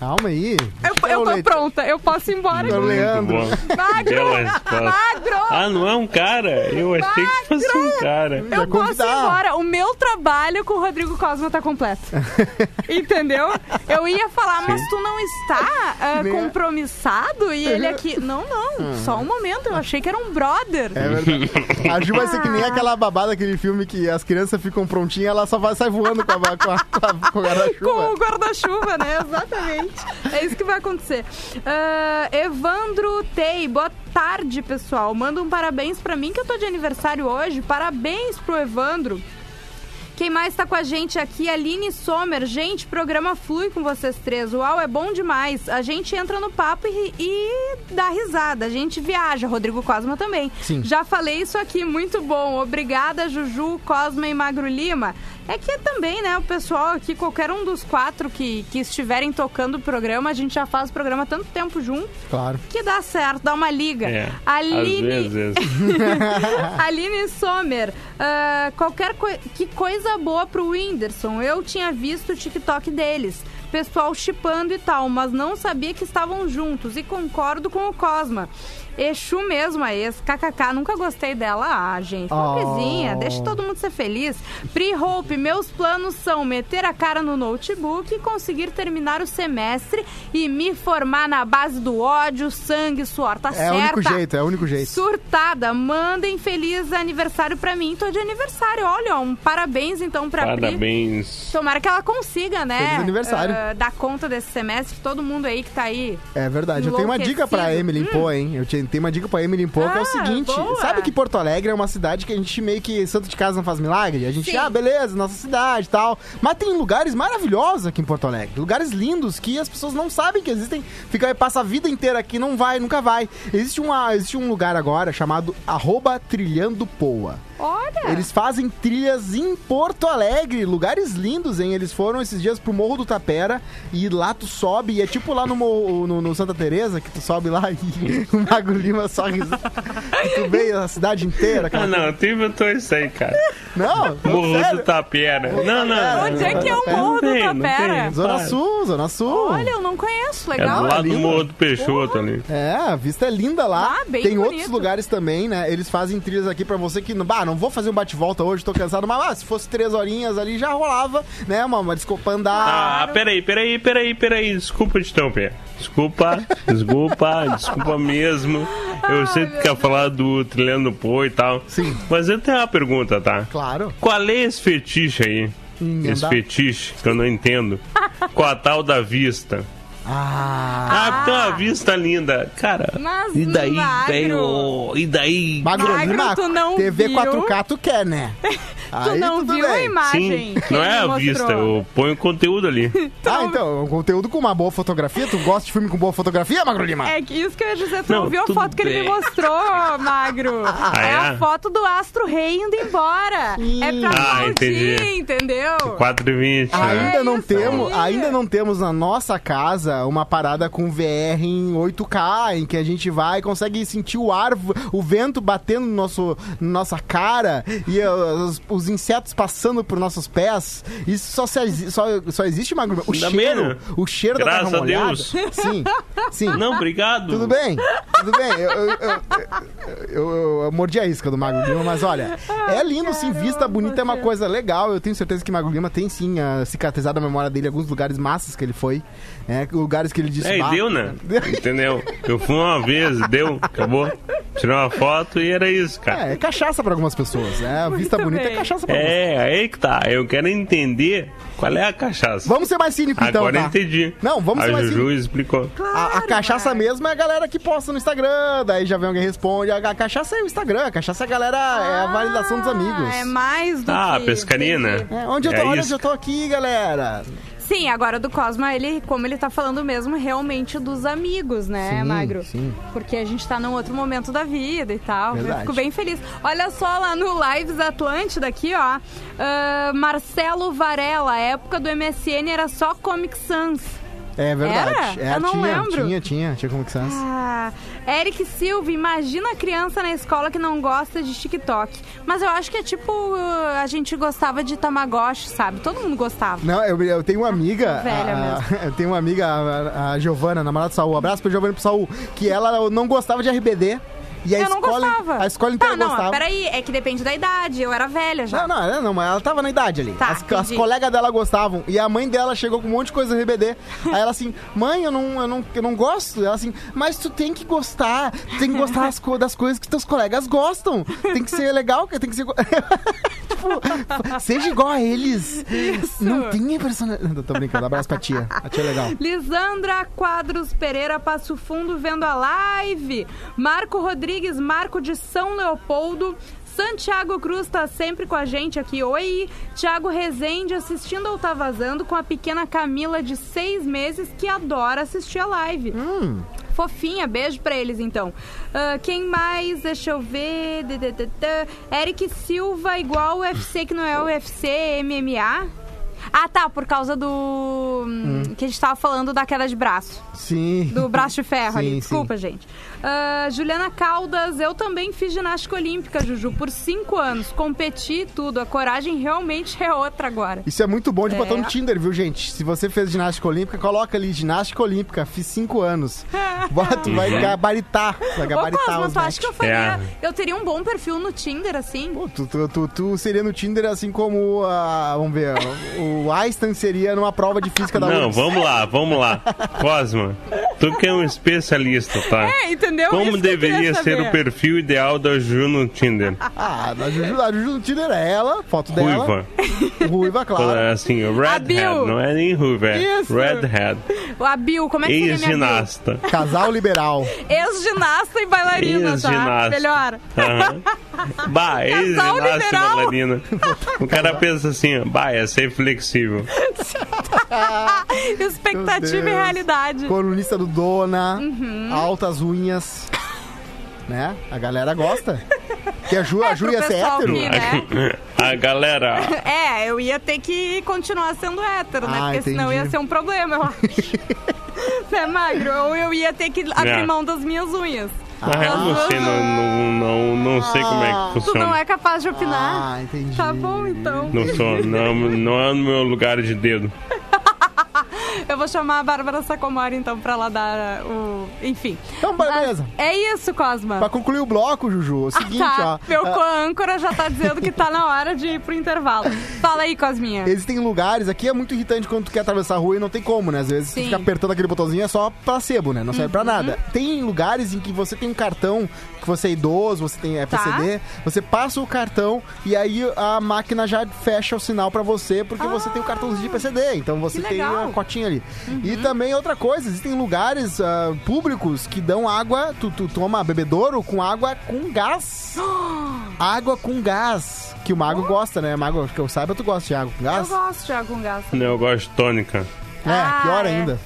[SPEAKER 4] Calma aí.
[SPEAKER 3] Eu,
[SPEAKER 4] Quem é
[SPEAKER 3] eu
[SPEAKER 4] o
[SPEAKER 3] tô
[SPEAKER 4] Leite?
[SPEAKER 3] pronta, eu posso ir embora.
[SPEAKER 4] Não,
[SPEAKER 3] gente.
[SPEAKER 4] Leandro.
[SPEAKER 3] Magro!
[SPEAKER 5] Bela resposta.
[SPEAKER 3] Magro!
[SPEAKER 5] Ah, não é um cara? Eu achei que fosse um cara.
[SPEAKER 4] Já
[SPEAKER 3] Eu posso ir
[SPEAKER 4] convidar.
[SPEAKER 3] embora. O meu trabalho com o Rodrigo Cosma tá completo. Entendeu? Eu ia falar, mas tu não está ah,
[SPEAKER 4] nem-
[SPEAKER 3] compromissado? E ele
[SPEAKER 4] Uhum.
[SPEAKER 3] aqui. Não, não. Só um momento. Eu achei que era um brother.
[SPEAKER 4] Ah. É verdade. A Ju vai ser que nem
[SPEAKER 3] Ah.
[SPEAKER 4] aquela babada daquele filme que as crianças ficam prontinhas, ela só vai, sai voando com a, com a, com a, com a
[SPEAKER 3] Com o
[SPEAKER 4] guarda-chuva.
[SPEAKER 3] guarda-chuva, né? Exatamente. É isso que vai acontecer. Ah, Evandro Tei, boa tarde, pessoal. Manda um parabéns pra mim que eu tô de aniversário hoje. Parabéns pro Evandro. Quem mais tá com a gente aqui? Aline Sommer. Gente, programa flui com vocês três. Uau, é bom demais. A gente entra no papo e, e dá risada. A gente viaja. Rodrigo Cosma também.
[SPEAKER 4] Sim.
[SPEAKER 3] Já falei isso aqui. Muito bom. Obrigada, Juju, Cosma e Magro Lima. É que também, né, o pessoal aqui, qualquer um dos quatro que, que estiverem tocando o programa, a gente já faz o programa há tanto tempo junto
[SPEAKER 4] Claro.
[SPEAKER 3] que dá certo, dá uma liga.
[SPEAKER 5] É, às
[SPEAKER 3] Aline,
[SPEAKER 5] vezes.
[SPEAKER 3] Aline Sommer, ah, qualquer coi- que coisa boa pro Whindersson. Eu tinha visto o TikTok deles. Pessoal chipando e tal, mas não sabia que estavam juntos. E concordo com o Cosma. Exu mesmo a ex, kkk, nunca gostei dela. Ah, gente, pobrezinha,
[SPEAKER 4] Oh.
[SPEAKER 3] deixa todo mundo ser feliz. Pri Hope, meus planos são meter a cara no notebook, conseguir terminar o semestre e me formar na base do ódio, sangue, suor. Tá
[SPEAKER 4] É o único
[SPEAKER 3] certa.
[SPEAKER 4] jeito, é o único jeito.
[SPEAKER 3] Surtada, mandem feliz aniversário pra mim. Tô de aniversário, olha, ó, um parabéns então pra Pri.
[SPEAKER 5] Parabéns.
[SPEAKER 3] Tomara que ela consiga, né?
[SPEAKER 4] Feliz aniversário.
[SPEAKER 3] ah, dar conta desse semestre, todo mundo aí que tá aí.
[SPEAKER 4] É verdade. Eu tenho uma dica
[SPEAKER 3] Enlouquecido.
[SPEAKER 4] pra
[SPEAKER 3] Hum.
[SPEAKER 4] Emily Impô, hein? Eu te- tenho uma dica pra Emily Impô, que é
[SPEAKER 3] Ah,
[SPEAKER 4] o seguinte:
[SPEAKER 3] boa.
[SPEAKER 4] sabe que Porto Alegre é uma cidade que a gente meio que santo de casa não faz milagre? A gente,
[SPEAKER 3] Sim.
[SPEAKER 4] ah, beleza, nossa cidade e tal. Mas tem lugares maravilhosos aqui em Porto Alegre. Lugares lindos que as pessoas não sabem que existem. Fica, passa a vida inteira aqui, não vai, nunca vai. Existe, uma, existe um lugar agora chamado arroba Trilhando Poa.
[SPEAKER 5] É.
[SPEAKER 3] Olha!
[SPEAKER 4] Eles fazem trilhas em Porto Alegre, lugares lindos, hein? Eles foram esses dias pro Morro do Tapera e lá tu sobe, e é tipo lá no, Morro- no, no Santa Teresa que tu sobe lá e o Mago Lima só ris- e tu vê a cidade inteira.
[SPEAKER 5] Ah,
[SPEAKER 4] Aquela...
[SPEAKER 5] não, tu inventou isso aí, cara.
[SPEAKER 4] Não, não,
[SPEAKER 5] Morro
[SPEAKER 4] sério.
[SPEAKER 5] do Tapera. Não, não, não.
[SPEAKER 3] Onde é que é o
[SPEAKER 5] Não
[SPEAKER 3] morro do
[SPEAKER 5] tem, não
[SPEAKER 3] Tapera?
[SPEAKER 5] tem,
[SPEAKER 4] Zona
[SPEAKER 5] para.
[SPEAKER 4] Sul, Zona Sul.
[SPEAKER 3] Olha, eu não conheço,
[SPEAKER 5] É do
[SPEAKER 3] legal.
[SPEAKER 5] lado do
[SPEAKER 4] lindo.
[SPEAKER 5] Morro do Peixoto ali.
[SPEAKER 4] É, a vista é linda lá.
[SPEAKER 3] Ah, bem
[SPEAKER 4] Tem
[SPEAKER 3] bonito.
[SPEAKER 4] outros lugares também, né? Eles fazem trilhas aqui pra você que, bah, não vou fazer um bate-volta hoje, tô cansado, mas ah, se fosse três horinhas ali já rolava, né? Uma, uma desculpa andar.
[SPEAKER 5] Ah, peraí, peraí, peraí, peraí. Desculpa te interromper. Desculpa, desculpa, desculpa mesmo. Eu sei que tu quer falar do Trilhando Pô e tal.
[SPEAKER 4] Sim.
[SPEAKER 5] Mas eu tenho uma pergunta, tá?
[SPEAKER 4] Claro.
[SPEAKER 5] Qual é esse fetiche aí?
[SPEAKER 4] Hum,
[SPEAKER 5] Esse
[SPEAKER 4] andar.
[SPEAKER 5] fetiche que eu não entendo. Com a tal da vista.
[SPEAKER 4] Ah.
[SPEAKER 5] Ah, tem uma vista linda. Cara,
[SPEAKER 3] Mas
[SPEAKER 5] e daí
[SPEAKER 3] magro.
[SPEAKER 5] vem o. E daí.
[SPEAKER 4] Magro, né,
[SPEAKER 3] Magro,
[SPEAKER 4] Lima,
[SPEAKER 3] tu não
[SPEAKER 4] TV
[SPEAKER 3] viu?
[SPEAKER 4] 4K tu quer, né?
[SPEAKER 3] Tu
[SPEAKER 4] Aí
[SPEAKER 3] não
[SPEAKER 4] tudo
[SPEAKER 3] viu a
[SPEAKER 4] bem.
[SPEAKER 5] Sim,
[SPEAKER 3] imagem? que
[SPEAKER 5] não
[SPEAKER 3] Ah, ele
[SPEAKER 5] é a
[SPEAKER 3] mostrou.
[SPEAKER 5] vista, eu ponho conteúdo ali.
[SPEAKER 4] Ah, então, um conteúdo com uma boa fotografia? Tu gosta de filme com boa fotografia, Magro Lima?
[SPEAKER 3] É que isso que eu ia dizer, tu não,
[SPEAKER 5] Não,
[SPEAKER 3] viu a
[SPEAKER 5] tudo
[SPEAKER 3] foto que ele me
[SPEAKER 5] bem.
[SPEAKER 3] mostrou, Magro? é? a
[SPEAKER 5] é?
[SPEAKER 3] foto do Astro Rei indo embora. É pra
[SPEAKER 5] Ah,
[SPEAKER 3] aplaudir,
[SPEAKER 5] entendi.
[SPEAKER 3] entendeu?
[SPEAKER 5] 4h20, né?
[SPEAKER 4] Ainda
[SPEAKER 3] É
[SPEAKER 4] não
[SPEAKER 3] isso
[SPEAKER 4] temos,
[SPEAKER 3] aí.
[SPEAKER 4] ainda não temos na nossa casa mesa, uma parada com VR em 8K, em que a gente vai e consegue sentir o ar, o vento batendo no nosso, na nossa cara e uh, os, os insetos passando por nossos pés. Isso só, se exi- só, só existe, Magro. O
[SPEAKER 5] Ainda
[SPEAKER 4] cheiro,
[SPEAKER 5] bem, né?
[SPEAKER 4] o cheiro da
[SPEAKER 5] Graças
[SPEAKER 4] terra
[SPEAKER 5] a
[SPEAKER 4] molhada.
[SPEAKER 5] Deus.
[SPEAKER 4] Sim, sim.
[SPEAKER 5] Não, obrigado.
[SPEAKER 4] é? Tudo bem, tudo bem. Eu, eu, eu- eu- eu mordi a isca do Mago Lima, mas olha,
[SPEAKER 3] Ah,
[SPEAKER 4] é lindo sim, vista bonita é uma coisa legal. Eu tenho certeza que Mago Lima tem sim ah, a cicatrizada memória dele, alguns lugares massas que ele foi, né? Lugares que ele disse.
[SPEAKER 5] É, e
[SPEAKER 4] "Bah,
[SPEAKER 5] deu, né? Entendeu? Eu fui uma vez, deu, acabou. Tirei uma foto e era isso,
[SPEAKER 4] É,
[SPEAKER 5] cara.
[SPEAKER 4] é cachaça pra algumas pessoas, né? Vista
[SPEAKER 3] Muito
[SPEAKER 4] bonita é
[SPEAKER 3] bem.
[SPEAKER 4] cachaça pra algumas
[SPEAKER 5] É, aí que tá. Eu quero entender qual é a cachaça.
[SPEAKER 4] Vamos ser mais cínico então,
[SPEAKER 5] Agora
[SPEAKER 4] tá?
[SPEAKER 5] entendi.
[SPEAKER 4] Não, vamos ser
[SPEAKER 5] A
[SPEAKER 4] mais
[SPEAKER 5] Juju explicou.
[SPEAKER 4] A, a cachaça mesmo é a galera que posta no Instagram, daí já vem alguém responde. A, a cachaça é o Instagram, a cachaça é a galera, é a validação dos amigos.
[SPEAKER 3] É mais do
[SPEAKER 5] Ah,
[SPEAKER 3] que...
[SPEAKER 5] pescaria, né?
[SPEAKER 4] É, onde eu tô,
[SPEAKER 5] É
[SPEAKER 4] olha
[SPEAKER 5] isso.
[SPEAKER 4] onde eu tô aqui, galera.
[SPEAKER 3] Sim, agora do Cosma, ele, como ele tá falando mesmo, realmente dos amigos, né,
[SPEAKER 4] Sim,
[SPEAKER 3] Magro?
[SPEAKER 4] sim.
[SPEAKER 3] Porque a gente tá num outro momento da vida e tal. Eu
[SPEAKER 4] Verdade.
[SPEAKER 3] fico bem feliz. Olha só lá no Lives Atlântida aqui, ó. ah, Marcelo Varela, época do MSN era só Comic Sans.
[SPEAKER 4] É verdade.
[SPEAKER 3] Era?
[SPEAKER 4] É,
[SPEAKER 3] Eu não
[SPEAKER 4] tinha,
[SPEAKER 3] lembro.
[SPEAKER 4] tinha, tinha, tinha como que sans.
[SPEAKER 3] Ah, Eric Silva, imagina a criança na escola que não gosta de TikTok. Mas eu acho que é tipo, ah, a gente gostava de Tamagotchi, sabe? Todo mundo gostava.
[SPEAKER 4] Não, eu, eu tenho uma amiga.
[SPEAKER 3] velha
[SPEAKER 4] a- a- eu tenho uma amiga, a, a Giovana, namorada do Saul. Um Abraço pra Giovana e pro Saul. Que ela não gostava de RBD. E a
[SPEAKER 3] eu não
[SPEAKER 4] escola,
[SPEAKER 3] gostava.
[SPEAKER 4] A escola inteira
[SPEAKER 3] tá, não,
[SPEAKER 4] gostava.
[SPEAKER 3] peraí, é que depende da idade. Eu era velha já.
[SPEAKER 4] Não, não, ela não, mas ela tava na idade ali.
[SPEAKER 3] Tá,
[SPEAKER 4] as, as
[SPEAKER 3] entendi.
[SPEAKER 4] colegas dela gostavam. E a mãe dela chegou com um monte de coisa RBD. Aí ela assim, mãe, eu não, eu não, eu não gosto. Ela assim, mas tu tem que gostar. Tu tem que gostar das, co- das coisas que teus colegas gostam. Tem que ser legal, que tem que ser. go- tipo, seja igual a eles. Não tem personalidade. Tô brincando, abraço pra tia. A tia é legal.
[SPEAKER 3] Lisandra Quadros Pereira, Passo Fundo, vendo a live. Marco Rodrigues, Marco de São Leopoldo. Santiago Cruz tá sempre com a gente aqui. Oi! Tiago Rezende assistindo ou tá vazando com a pequena Camila de seis meses que adora assistir a live. Fofinha, beijo pra eles então. Ah, quem mais? Deixa eu ver. Dê, dê, dê, dê. Eric Silva, igual UFC que não é UFC, MMA. Ah, tá, por causa do. hum,
[SPEAKER 4] Hum.
[SPEAKER 3] que a gente tava falando da queda de braço.
[SPEAKER 4] Sim.
[SPEAKER 3] Do braço de ferro
[SPEAKER 4] Sim,
[SPEAKER 3] ali.
[SPEAKER 4] sim.
[SPEAKER 3] Desculpa, gente. Ah, Juliana Caldas, eu também fiz ginástica olímpica, Juju, por cinco anos. Competi e tudo. A coragem realmente é outra agora.
[SPEAKER 4] Isso é muito bom de
[SPEAKER 3] É.
[SPEAKER 4] botar no Tinder, viu, gente? Se você fez ginástica olímpica, coloca ali ginástica olímpica, fiz 5 anos. Bota, tu
[SPEAKER 5] Uhum.
[SPEAKER 4] vai gabaritar. tu Vai
[SPEAKER 3] Ô,
[SPEAKER 4] gabaritar
[SPEAKER 3] Cosmo,
[SPEAKER 4] os
[SPEAKER 3] tu acha
[SPEAKER 4] match.
[SPEAKER 3] que eu faria.
[SPEAKER 5] É.
[SPEAKER 3] Eu teria um bom perfil no Tinder, assim?
[SPEAKER 4] Pô, tu, tu, tu, tu seria no Tinder assim como a. Vamos ver, o o Einstein seria numa prova de física da
[SPEAKER 3] um
[SPEAKER 5] Não,
[SPEAKER 4] URGS.
[SPEAKER 5] vamos lá, vamos lá. Cosma, tu que é um especialista, tá?
[SPEAKER 3] É, entendeu? Isso que
[SPEAKER 5] Como
[SPEAKER 3] eu queria
[SPEAKER 5] deveria ser
[SPEAKER 3] saber.
[SPEAKER 5] o perfil ideal da Ju no Tinder?
[SPEAKER 4] Ah, a Juju, a Juju no Tinder é ela, foto
[SPEAKER 5] Ruiva.
[SPEAKER 4] dela. Ruiva, claro.
[SPEAKER 5] Assim,
[SPEAKER 3] Bill.
[SPEAKER 5] redhead, não é nem ruiva, é
[SPEAKER 3] Isso.
[SPEAKER 5] redhead.
[SPEAKER 3] A Bill, como é que seria minha Bill?
[SPEAKER 5] Ex-ginasta.
[SPEAKER 4] Casal liberal.
[SPEAKER 3] Ex-ginasta e bailarina, tá?
[SPEAKER 5] Ex-ginasta.
[SPEAKER 3] Melhor.
[SPEAKER 5] Aham. Bah, ex-ginasta
[SPEAKER 3] liberal.
[SPEAKER 5] bailarina. O cara pensa assim, ó, bah, é ser flexível.
[SPEAKER 4] Meu
[SPEAKER 3] Expectativa
[SPEAKER 4] Deus.
[SPEAKER 3] e realidade.
[SPEAKER 4] Colunista do Dona,
[SPEAKER 3] Uhum.
[SPEAKER 4] altas unhas. Né? A galera gosta. Que a Ju, a
[SPEAKER 3] É,
[SPEAKER 4] Ju
[SPEAKER 3] pro
[SPEAKER 4] ia ser
[SPEAKER 3] pessoal
[SPEAKER 4] hétero.
[SPEAKER 3] que- Né?
[SPEAKER 5] A galera,
[SPEAKER 3] É, eu ia ter que continuar sendo hétero, né?
[SPEAKER 4] Ah,
[SPEAKER 3] Porque senão
[SPEAKER 4] entendi.
[SPEAKER 3] ia ser um problema, eu acho. né, Magro? Ou eu ia ter que abrir
[SPEAKER 5] É.
[SPEAKER 3] mão das minhas unhas.
[SPEAKER 5] na real, ah, não sei, não, não, não, não sei como é que
[SPEAKER 3] Tu não
[SPEAKER 5] funciona.
[SPEAKER 3] é capaz de opinar.
[SPEAKER 4] Ah, entendi.
[SPEAKER 3] Tá bom, então.
[SPEAKER 5] Não sou, não, não é no meu lugar de dedo.
[SPEAKER 3] Eu vou chamar a Bárbara Sacomori, então, pra ela dar ah, o... Enfim.
[SPEAKER 4] Então, beleza.
[SPEAKER 3] Mas É isso, Cosma.
[SPEAKER 4] Pra concluir o bloco, Juju, é o seguinte,
[SPEAKER 3] tá,
[SPEAKER 4] ó.
[SPEAKER 3] meu
[SPEAKER 4] ah,
[SPEAKER 3] co-âncora já tá dizendo que tá na hora de ir pro intervalo. Fala aí, Cosminha.
[SPEAKER 4] Existem lugares, aqui é muito irritante quando tu quer atravessar a rua e não tem como, né? Às vezes
[SPEAKER 3] Sim. Uhum.
[SPEAKER 4] tu fica apertando aquele botãozinho é só pra sebo, né? Não serve pra nada. Tem lugares em que você tem um cartão, que você é idoso, você tem é,
[SPEAKER 3] Tá.
[SPEAKER 4] PCD, você passa o cartão e aí a máquina já fecha o sinal pra você porque você tem o cartãozinho de PCD. Então você
[SPEAKER 3] que
[SPEAKER 4] tem
[SPEAKER 3] legal. Uhum.
[SPEAKER 4] uma cotinha ali. E também outra coisa, existem lugares ah, públicos que dão água, tu, tu toma bebedouro com água com gás. água com gás. Que o Mago gosta, né? Mago, que eu saiba, tu gosta de água com
[SPEAKER 3] Eu
[SPEAKER 4] gás?
[SPEAKER 3] gosto de água com gás.
[SPEAKER 5] Não, Eu gosto de tônica.
[SPEAKER 4] É,
[SPEAKER 3] Ah,
[SPEAKER 4] pior
[SPEAKER 3] é.
[SPEAKER 4] ainda.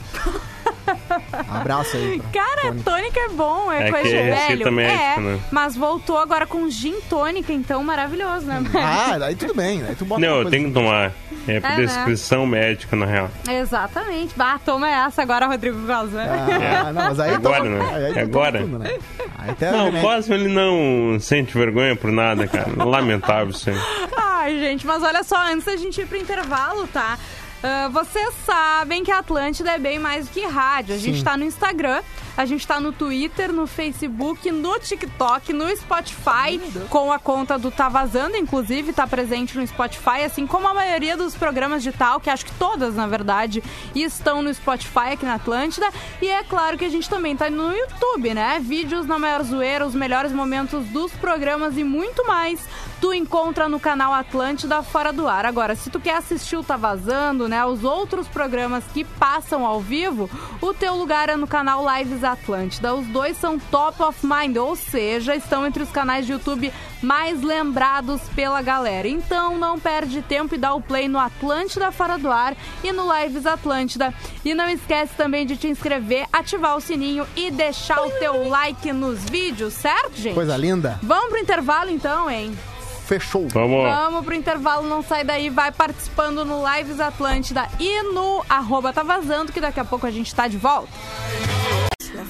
[SPEAKER 4] Abraço aí. pra
[SPEAKER 3] Cara,
[SPEAKER 4] Tony.
[SPEAKER 3] tônica é bom, é,
[SPEAKER 5] É
[SPEAKER 3] coisa de
[SPEAKER 5] que é
[SPEAKER 3] velho.
[SPEAKER 5] receita médica,
[SPEAKER 3] é,
[SPEAKER 5] né?
[SPEAKER 3] mas voltou agora com gin tônica, então maravilhoso, né?
[SPEAKER 4] Ah, daí tudo bem. Daí tu bota
[SPEAKER 5] Não,
[SPEAKER 4] uma
[SPEAKER 5] eu
[SPEAKER 4] coisa-
[SPEAKER 5] tenho que tomar. É por
[SPEAKER 3] né?
[SPEAKER 5] descrição médica, na real.
[SPEAKER 3] Exatamente. Bah, toma essa agora, Rodrigo Galzão.
[SPEAKER 4] Ah, não, mas aí
[SPEAKER 5] Agora,
[SPEAKER 4] toma-
[SPEAKER 5] né?
[SPEAKER 4] aí tu toma
[SPEAKER 5] Agora.
[SPEAKER 4] tudo, né? Aí até
[SPEAKER 5] Não, o
[SPEAKER 4] remédio.
[SPEAKER 5] Cosmo ele não sente vergonha por nada, cara. Lamentável isso aí.
[SPEAKER 3] Ai, gente, mas olha só, antes da gente ir pro intervalo, tá? Ah, vocês sabem que a Atlântida é bem mais do que rádio. A gente tá no Instagram, a gente tá no Twitter, no Facebook, no TikTok, no Spotify, com a conta do Tá Vazando, inclusive, tá presente no Spotify, assim como a maioria dos programas de tal, que acho que todas, na verdade, estão no Spotify aqui na Atlântida. E é claro que a gente também tá no YouTube, né? Vídeos na maior zoeira, os melhores momentos dos programas e muito mais. Tu encontra no canal Atlântida Fora do Ar. Agora, se tu quer assistir o Tá Vazando, né? Os outros programas que passam ao vivo, o teu lugar é no canal Lives Atlântida. Os dois são top of mind, ou seja, estão entre os canais de YouTube mais lembrados pela galera. Então não perde tempo e dá o play no Atlântida Fora do Ar e no Lives Atlântida. E não esquece também de te inscrever, ativar o sininho e deixar o teu like nos vídeos, certo, gente?
[SPEAKER 4] Coisa linda.
[SPEAKER 3] Vamos pro intervalo então, hein?
[SPEAKER 4] Fechou.
[SPEAKER 5] Vamos.
[SPEAKER 3] Vamos pro intervalo, não sai daí, vai participando no Lives Atlântida e no arroba tá vazando, que daqui a pouco a gente tá de volta.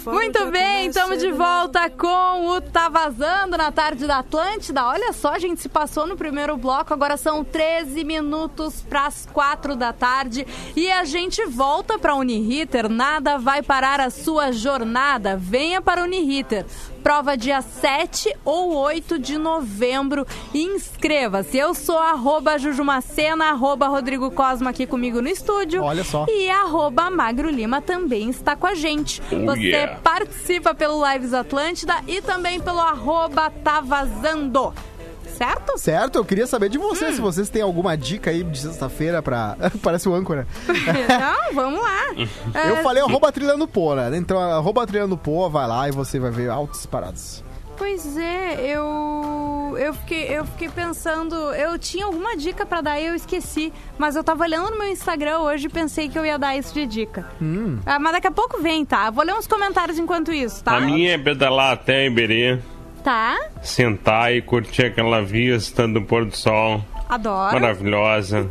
[SPEAKER 3] Muito bem, estamos de volta com o Tá Vazando na tarde da Atlântida. Olha só, a gente se passou no primeiro bloco, agora são 13 minutos para as 4 da tarde e a gente volta para Uniriter. Nada vai parar a sua jornada. Venha para Uniriter. Prova dia 7 ou 8 de novembro. Inscreva-se. Eu sou arroba Jujumacena, arroba Rodrigo Cosma aqui comigo no estúdio.
[SPEAKER 4] Olha só.
[SPEAKER 3] E arroba Magro Lima também está com a gente.
[SPEAKER 5] Oh,
[SPEAKER 3] Você
[SPEAKER 5] yeah.
[SPEAKER 3] participa pelo Lives Atlântida e também pelo arroba tá vazando. Certo?
[SPEAKER 4] Certo, eu queria saber de
[SPEAKER 3] Hum.
[SPEAKER 4] vocês, se vocês têm alguma dica aí de sexta-feira pra... Parece o âncora.
[SPEAKER 3] Então, vamos lá.
[SPEAKER 4] Eu
[SPEAKER 3] É,
[SPEAKER 4] falei arroba trilha no pô, né? Então, arroba trilha no pô, vai lá e você vai ver altas paradas.
[SPEAKER 3] Pois é, eu eu fiquei, eu fiquei pensando, eu tinha alguma dica pra dar e eu esqueci, mas eu tava olhando no meu Instagram hoje e pensei que eu ia dar isso de dica. Ah, mas daqui a pouco vem, tá? Vou ler uns comentários enquanto isso, tá?
[SPEAKER 5] Hum. A minha é pedalar até Iberê,
[SPEAKER 3] Tá?
[SPEAKER 5] sentar e curtir aquela vista do pôr do sol.
[SPEAKER 3] Adoro.
[SPEAKER 5] Maravilhosa.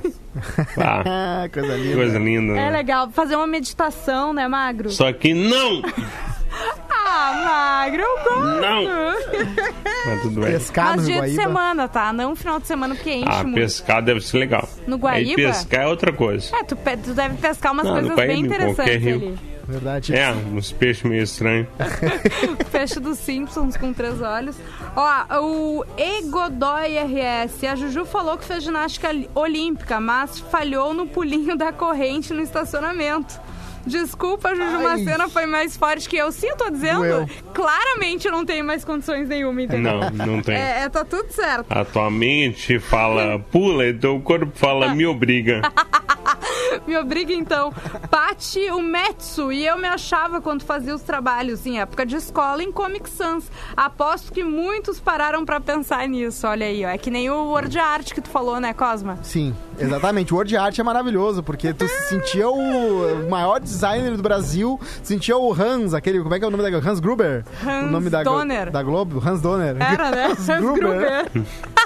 [SPEAKER 5] Ah,
[SPEAKER 4] Ah, coisa linda.
[SPEAKER 5] coisa linda.
[SPEAKER 3] É
[SPEAKER 5] né?
[SPEAKER 3] legal fazer uma meditação, né, Magro?
[SPEAKER 5] Só que não!
[SPEAKER 3] Ah, Magro, eu gosto.
[SPEAKER 5] Não! Mas tudo bem.
[SPEAKER 4] Pescar no
[SPEAKER 3] Mas dia de
[SPEAKER 4] Guaíba.
[SPEAKER 3] semana, tá? Não final de semana, porque enche
[SPEAKER 5] Ah,
[SPEAKER 3] muito.
[SPEAKER 5] pescar deve ser legal.
[SPEAKER 3] No Guaíba?
[SPEAKER 5] Aí pescar é outra coisa.
[SPEAKER 3] É, tu, pe- tu deve pescar umas
[SPEAKER 5] Ah, no
[SPEAKER 3] coisas bem
[SPEAKER 5] Guaíba, em qualquer
[SPEAKER 3] interessantes
[SPEAKER 5] rio.
[SPEAKER 3] ali.
[SPEAKER 4] Verdade.
[SPEAKER 5] É, uns peixes meio estranhos.
[SPEAKER 3] Peixe dos Simpsons com três olhos. Ó, o Egodoy RS. A Juju falou que fez ginástica li- olímpica, mas falhou no pulinho da corrente no estacionamento. Desculpa, Juju
[SPEAKER 4] Ai. é
[SPEAKER 3] Macena foi mais forte que eu. Sim, eu tô dizendo.
[SPEAKER 4] Doeu.
[SPEAKER 3] Claramente eu não tenho mais condições nenhuma, entendeu?
[SPEAKER 5] Não, não tem.
[SPEAKER 3] É, é, tá tudo certo.
[SPEAKER 5] A tua mente fala pula e teu corpo fala me obriga.
[SPEAKER 3] Me obriga então. Pati o Metsu e eu me achava quando fazia os trabalhos em época de escola em Comic Sans. Aposto que muitos pararam pra pensar nisso. Olha aí, ó. É que nem o Word Art que tu falou, né, Cosma?
[SPEAKER 4] Sim, exatamente. O World Art é maravilhoso, porque tu se sentia o maior designer do Brasil, sentia o Hans, aquele, como é que é o nome da Hans Gruber?
[SPEAKER 3] Hans
[SPEAKER 4] o nome da, Glo-
[SPEAKER 3] Donner.
[SPEAKER 4] da Globo, Hans Donner.
[SPEAKER 3] Era, né?
[SPEAKER 4] Hans Gruber.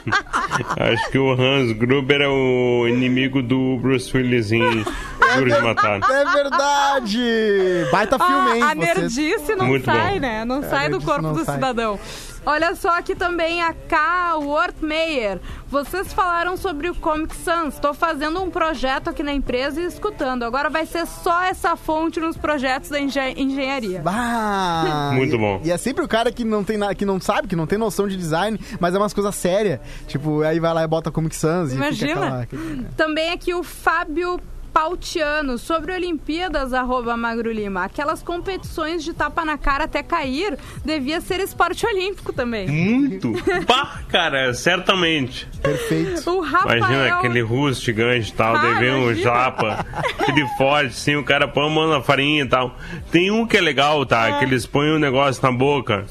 [SPEAKER 5] Acho que o Hans Gruber é o inimigo do Bruce Willis em Duro de Matar.
[SPEAKER 4] É verdade! Baita filme, hein?
[SPEAKER 3] Ah, a
[SPEAKER 4] Você- É,
[SPEAKER 3] nerdice não
[SPEAKER 5] Muito
[SPEAKER 3] sai,
[SPEAKER 5] bom.
[SPEAKER 3] né? Não sai do
[SPEAKER 4] nerdice
[SPEAKER 3] corpo
[SPEAKER 4] não
[SPEAKER 3] do
[SPEAKER 4] sai.
[SPEAKER 3] cidadão. Olha só aqui também a K. Wortmeyer. Vocês falaram sobre o Comic Sans. Estou fazendo um projeto aqui na empresa e escutando. Agora vai ser só essa fonte nos projetos da engen- engenharia.
[SPEAKER 4] Bah!
[SPEAKER 5] Muito
[SPEAKER 4] E-
[SPEAKER 5] bom.
[SPEAKER 4] E é sempre o cara que não tem nada, que não sabe, que não tem noção de design, mas é umas coisas sérias. Tipo, aí vai lá e bota Comic Sans e fica
[SPEAKER 3] Imagina.
[SPEAKER 4] aquela- aquele-
[SPEAKER 3] Também aqui o Fábio Pautiano, sobre Olimpíadas, arroba Magro Lima. Aquelas competições de tapa na cara até cair, devia ser esporte olímpico também.
[SPEAKER 5] Muito! Pá, cara, certamente.
[SPEAKER 4] Perfeito.
[SPEAKER 3] O Rafael...
[SPEAKER 5] Imagina aquele russo gigante e tal,
[SPEAKER 3] é um Ah,
[SPEAKER 5] daí vem um
[SPEAKER 3] imagina.
[SPEAKER 5] japa, ele foge, assim, o cara põe a mão na farinha e tal. Tem um que é legal, tá?
[SPEAKER 3] Ah.
[SPEAKER 5] Que eles põem um negócio na boca,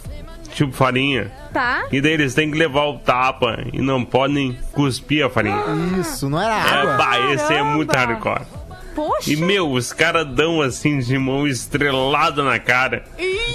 [SPEAKER 5] tipo farinha.
[SPEAKER 3] Tá?
[SPEAKER 5] E daí eles têm que levar o tapa e não podem cuspir a farinha.
[SPEAKER 4] Isso, não era
[SPEAKER 5] É,
[SPEAKER 4] água.
[SPEAKER 5] bah, esse é muito
[SPEAKER 3] Caramba!
[SPEAKER 5] hardcore.
[SPEAKER 3] Poxa.
[SPEAKER 5] E, meu, os caras dão assim de mão estrelada na cara.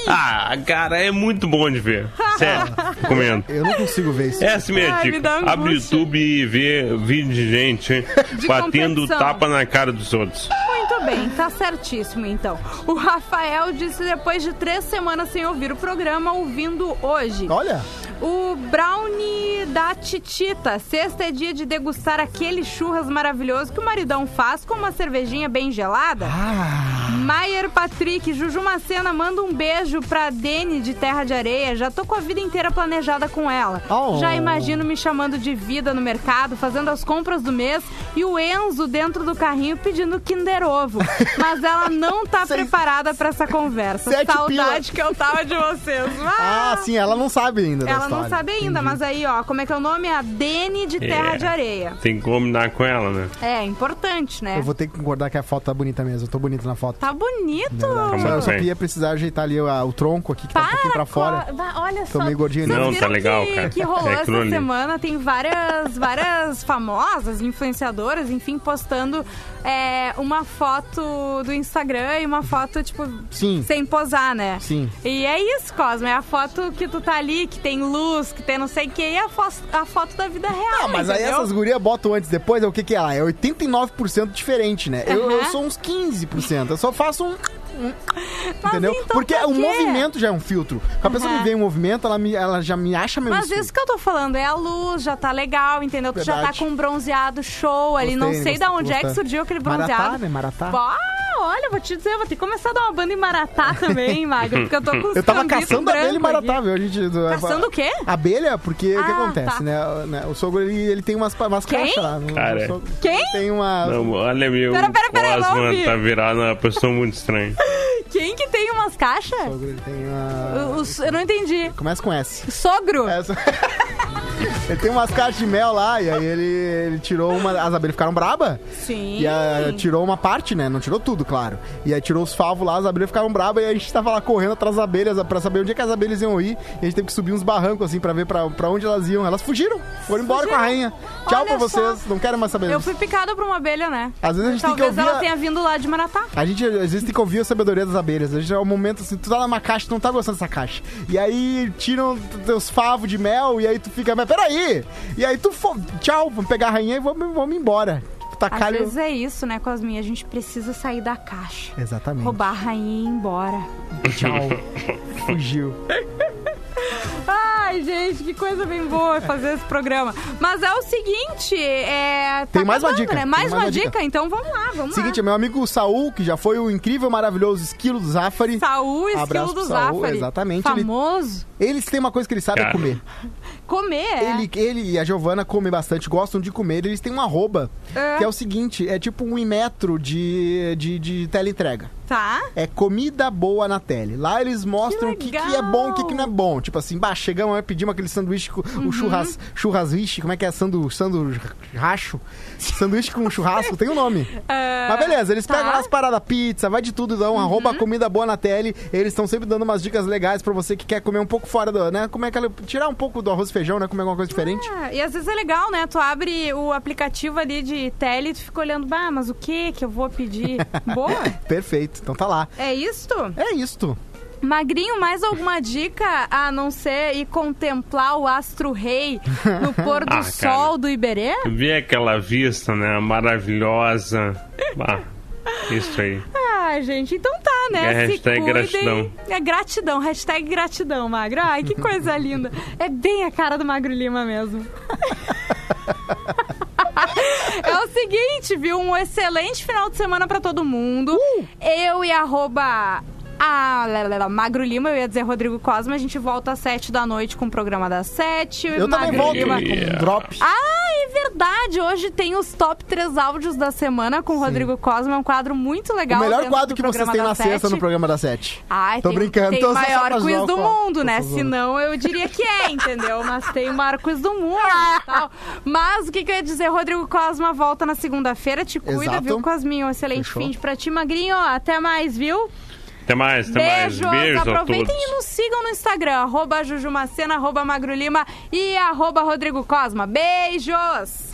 [SPEAKER 5] Ah, cara, é muito bom de ver. Sério, comento.
[SPEAKER 4] Eu não consigo ver isso.
[SPEAKER 5] É assim minha
[SPEAKER 3] Ai, me
[SPEAKER 5] dica.
[SPEAKER 3] dá angústia.
[SPEAKER 5] Abre o YouTube e vê vídeo de gente
[SPEAKER 3] De
[SPEAKER 5] batendo
[SPEAKER 3] competição.
[SPEAKER 5] tapa na cara dos outros.
[SPEAKER 3] Muito bem, tá certíssimo então. O Rafael disse depois de três semanas sem ouvir o programa, ouvindo hoje.
[SPEAKER 4] Olha,
[SPEAKER 3] O brownie da Titita. Sexta é dia de degustar aquele churras maravilhoso que o maridão faz com uma cervejinha bem gelada.
[SPEAKER 4] Ah.
[SPEAKER 3] Maier Patrick, Juju Macena, manda um beijo pra Dene de Terra de Areia. Já tô com a vida inteira planejada com ela.
[SPEAKER 4] Oh.
[SPEAKER 3] Já imagino me chamando de vida no mercado, fazendo as compras do mês e o Enzo dentro do carrinho pedindo Kinder Ovo. Mas ela não tá
[SPEAKER 4] Seis-
[SPEAKER 3] preparada pra essa conversa.
[SPEAKER 4] Sete
[SPEAKER 3] Saudade que eu tava de vocês. Ah!
[SPEAKER 4] ah, sim, ela não sabe ainda. da
[SPEAKER 3] Ela não
[SPEAKER 4] história.
[SPEAKER 3] sabe ainda, mas aí, ó, como é que é o nome? A Dene de Terra
[SPEAKER 5] É.
[SPEAKER 3] de Areia.
[SPEAKER 5] Tem que combinar com ela, né?
[SPEAKER 3] É, importante, né?
[SPEAKER 4] Eu vou ter que concordar que a foto tá bonita mesmo. Eu tô bonito na foto.
[SPEAKER 3] Tá bonito.
[SPEAKER 5] Tá
[SPEAKER 4] Só, eu só
[SPEAKER 5] bem.
[SPEAKER 4] ia precisar ajeitar ali ah, o tronco aqui que tá um pouquinho pra
[SPEAKER 3] co-
[SPEAKER 4] fora.
[SPEAKER 3] Bah, Olha só.
[SPEAKER 4] Tô meio gordinho, né?
[SPEAKER 3] Vocês
[SPEAKER 5] Não,
[SPEAKER 3] viram
[SPEAKER 5] tá legal,
[SPEAKER 3] que,
[SPEAKER 5] cara.
[SPEAKER 3] que rolou
[SPEAKER 5] É aquilo
[SPEAKER 3] essa
[SPEAKER 5] ali.
[SPEAKER 3] semana. Tem várias, várias famosas, influenciadoras, enfim, postando é, uma foto do Instagram e uma foto, tipo,
[SPEAKER 4] Sim.
[SPEAKER 3] sem posar, né?
[SPEAKER 4] Sim.
[SPEAKER 3] E é isso, Cosmo. É a foto que tu tá ali, que tem luz, que tem não sei o que, e a, fo- a foto da vida real.
[SPEAKER 4] Ah, mas aí
[SPEAKER 3] entendeu?
[SPEAKER 4] essas gurias botam antes e depois, é o que que é? lá? É 89% diferente, né? Eu, eu
[SPEAKER 3] Aham.
[SPEAKER 4] sou uns 15%. Eu só faço um... um, entendeu?
[SPEAKER 3] então
[SPEAKER 4] Porque
[SPEAKER 3] pra
[SPEAKER 4] o
[SPEAKER 3] quê?
[SPEAKER 4] movimento já é um filtro. Quando a pessoa
[SPEAKER 3] Aham.
[SPEAKER 4] me vê em movimento, ela, me- ela já me acha meio
[SPEAKER 3] Mas isso que eu tô falando, é a luz, já tá legal, entendeu? Tu já tá
[SPEAKER 4] Verdade.
[SPEAKER 3] com um bronzeado show ali, não
[SPEAKER 4] Gostei,
[SPEAKER 3] sei da
[SPEAKER 4] gostei,
[SPEAKER 3] onde é que
[SPEAKER 4] gostei.
[SPEAKER 3] surgiu aquele bronzeado.
[SPEAKER 4] Maratá, né? Maratá.
[SPEAKER 3] Bah, olha, vou te dizer, vou ter que começar a dar uma banda em Maratá também, Magro, porque eu tô com os
[SPEAKER 4] Eu tava
[SPEAKER 3] cambitos
[SPEAKER 4] caçando abelha em
[SPEAKER 3] branco aqui.
[SPEAKER 4] Maratá, viu? A gente,
[SPEAKER 3] Caçando o quê?
[SPEAKER 4] Abelha, porque o que
[SPEAKER 3] Ah,
[SPEAKER 4] acontece,
[SPEAKER 3] tá.
[SPEAKER 4] né? né? O sogro, ele, ele tem umas, umas
[SPEAKER 3] Quem?
[SPEAKER 4] caixas lá.
[SPEAKER 5] Cara.
[SPEAKER 4] O sogro
[SPEAKER 3] Quem?
[SPEAKER 4] Tem uma...
[SPEAKER 5] Não, olha, meu
[SPEAKER 3] Pera, pera, pera, eu não ouvi.
[SPEAKER 5] Cosman tá virado uma pessoa muito estranha.
[SPEAKER 3] Quem que tem umas
[SPEAKER 4] O
[SPEAKER 3] caixas?
[SPEAKER 4] sogro, ele tem uma...
[SPEAKER 3] O- os- eu não entendi.
[SPEAKER 4] Começa com S.
[SPEAKER 3] Sogro?
[SPEAKER 4] É, só- ele tem umas caixas de mel lá, e aí ele, ele tirou uma. As abelhas ficaram braba
[SPEAKER 3] Sim.
[SPEAKER 4] E ah, tirou uma parte, né? Não tirou tudo, claro. E aí tirou os favos lá, as abelhas ficaram braba e a gente tava lá correndo atrás das abelhas pra saber onde é que as abelhas iam ir. E a gente teve que subir uns barrancos assim pra ver pra, pra onde elas iam. Elas fugiram, foram embora
[SPEAKER 3] Fugiram.
[SPEAKER 4] com a rainha. Tchau
[SPEAKER 3] Olha
[SPEAKER 4] pra vocês,
[SPEAKER 3] só.
[SPEAKER 4] não quero mais saber
[SPEAKER 3] Eu
[SPEAKER 4] disso.
[SPEAKER 3] fui picada por uma abelha, né?
[SPEAKER 4] Às vezes a gente tem que
[SPEAKER 3] Talvez
[SPEAKER 4] ouvir
[SPEAKER 3] ela
[SPEAKER 4] a-
[SPEAKER 3] tenha vindo lá de Maratá.
[SPEAKER 4] A gente às vezes tem que ouvir a sabedoria das abelhas. A gente é um momento assim, tu tá numa caixa, tu não tá gostando dessa caixa. E aí tiram t- teus favos de mel, e aí tu fica, mas peraí! E aí tu fo... tchau, vamos pegar a rainha e vamos, vamos embora. Tipo,
[SPEAKER 3] Às
[SPEAKER 4] Tacar
[SPEAKER 3] vezes é isso, né, Cosminha? A gente precisa sair da caixa.
[SPEAKER 4] Exatamente.
[SPEAKER 3] Roubar a rainha e ir embora.
[SPEAKER 4] Tchau. Fugiu.
[SPEAKER 3] Ai, gente, que coisa bem boa fazer esse programa. Mas é o seguinte, é. tá
[SPEAKER 4] Tem mais uma
[SPEAKER 3] acabando,
[SPEAKER 4] dica,
[SPEAKER 3] Né?
[SPEAKER 4] tem
[SPEAKER 3] Mais, uma, dica. então vamos lá, vamos
[SPEAKER 4] Seguinte,
[SPEAKER 3] lá.
[SPEAKER 4] meu amigo Saul, que já foi o incrível, maravilhoso esquilo do Zafari.
[SPEAKER 3] Saúl,
[SPEAKER 4] Abraço
[SPEAKER 3] estilo
[SPEAKER 4] pro
[SPEAKER 3] do
[SPEAKER 4] Saul,
[SPEAKER 3] Zafari.
[SPEAKER 4] exatamente, ele-
[SPEAKER 3] Famoso.
[SPEAKER 4] Eles têm uma coisa que eles sabem é
[SPEAKER 5] Cara.
[SPEAKER 4] comer.
[SPEAKER 3] Comer, é.
[SPEAKER 4] Ele, ele e a Giovana comem bastante, gostam de comer. Eles têm um arroba,
[SPEAKER 3] É.
[SPEAKER 4] que é o seguinte: é tipo um metro de, de, de teleentrega.
[SPEAKER 3] Tá?
[SPEAKER 4] é comida boa na tele. Lá eles mostram o que, que é
[SPEAKER 3] legal! Uhum.
[SPEAKER 4] bom, o que, que não é bom. Tipo assim, bah, chegamos e pedimos aquele sanduíche, com, o churras, churrasviche, como é que é? Sandu, sandu, racho? Sanduíche com churrasco, tem um nome.
[SPEAKER 3] É,
[SPEAKER 4] Mas beleza, eles
[SPEAKER 3] tá. Uhum.
[SPEAKER 4] pegam lá as paradas, pizza, vai de tudo, dão arroba comida boa na tele. Eles estão sempre dando umas dicas legais pra você que quer comer um pouco fora do, né? Como é que ela, tirar um pouco do arroz e feijão, né? Comer alguma coisa diferente.
[SPEAKER 3] Ah, e às vezes é legal, né? Tu abre o aplicativo ali de tele e tu fica olhando, bah, mas o que que eu vou pedir? Boa?
[SPEAKER 4] Perfeito, então tá lá.
[SPEAKER 3] É isto?
[SPEAKER 4] É isto.
[SPEAKER 3] Magrinho, mais alguma dica a não ser ir contemplar o astro rei no pôr do
[SPEAKER 5] Ah, cara.
[SPEAKER 3] sol do Iberê?
[SPEAKER 5] Vê aquela vista, né? Maravilhosa. Bah, isso aí.
[SPEAKER 3] Ah, gente, então tá, né?
[SPEAKER 5] É hashtag
[SPEAKER 3] Se cuidem.
[SPEAKER 5] gratidão.
[SPEAKER 3] É gratidão, hashtag gratidão, Magro. Ai, que coisa linda. É bem a cara do Magro Lima mesmo. É o seguinte, viu? Um excelente final de semana pra todo mundo.
[SPEAKER 4] Uh!
[SPEAKER 3] Eu e arroba... Ah, lá, lá, lá, Magro Lima, eu ia dizer Rodrigo Cosma. A gente volta às sete da noite com o programa das sete.
[SPEAKER 4] Eu também
[SPEAKER 3] Magro
[SPEAKER 4] volto
[SPEAKER 3] Lima-
[SPEAKER 4] com um drop.
[SPEAKER 3] ah, é verdade! Hoje tem os top 3 áudios da semana com o Rodrigo Cosma. É um quadro muito legal.
[SPEAKER 4] o melhor
[SPEAKER 3] dentro do
[SPEAKER 4] quadro que vocês
[SPEAKER 3] programa
[SPEAKER 4] têm
[SPEAKER 3] da
[SPEAKER 4] na sexta
[SPEAKER 3] Sete.
[SPEAKER 4] no programa das sete.
[SPEAKER 3] Ai,
[SPEAKER 4] Tô
[SPEAKER 3] tem,
[SPEAKER 4] brincando,
[SPEAKER 3] tem
[SPEAKER 4] tô
[SPEAKER 3] o
[SPEAKER 4] só pra
[SPEAKER 3] maior
[SPEAKER 4] zoar
[SPEAKER 3] quiz
[SPEAKER 4] o
[SPEAKER 3] do
[SPEAKER 4] Cosma.
[SPEAKER 3] mundo, né?
[SPEAKER 4] Tô
[SPEAKER 3] Se
[SPEAKER 4] zoando.
[SPEAKER 3] não, eu diria que é, entendeu? Mas tem o maior quiz do mundo e tal. Mas o que, que eu ia dizer? Rodrigo Cosma volta na segunda-feira. Te cuida,
[SPEAKER 4] Exato.
[SPEAKER 3] viu, Cosminho? Um excelente
[SPEAKER 4] Fechou.
[SPEAKER 3] fim de pra ti, Magrinho. Até mais, viu?
[SPEAKER 5] Até mais, até
[SPEAKER 3] Beijos,
[SPEAKER 5] mais. Beijos a todos.
[SPEAKER 3] aproveitem e nos sigam no Instagram, arroba Jujumacena, arroba Magro Lima e arroba Rodrigo Cosma. Beijos!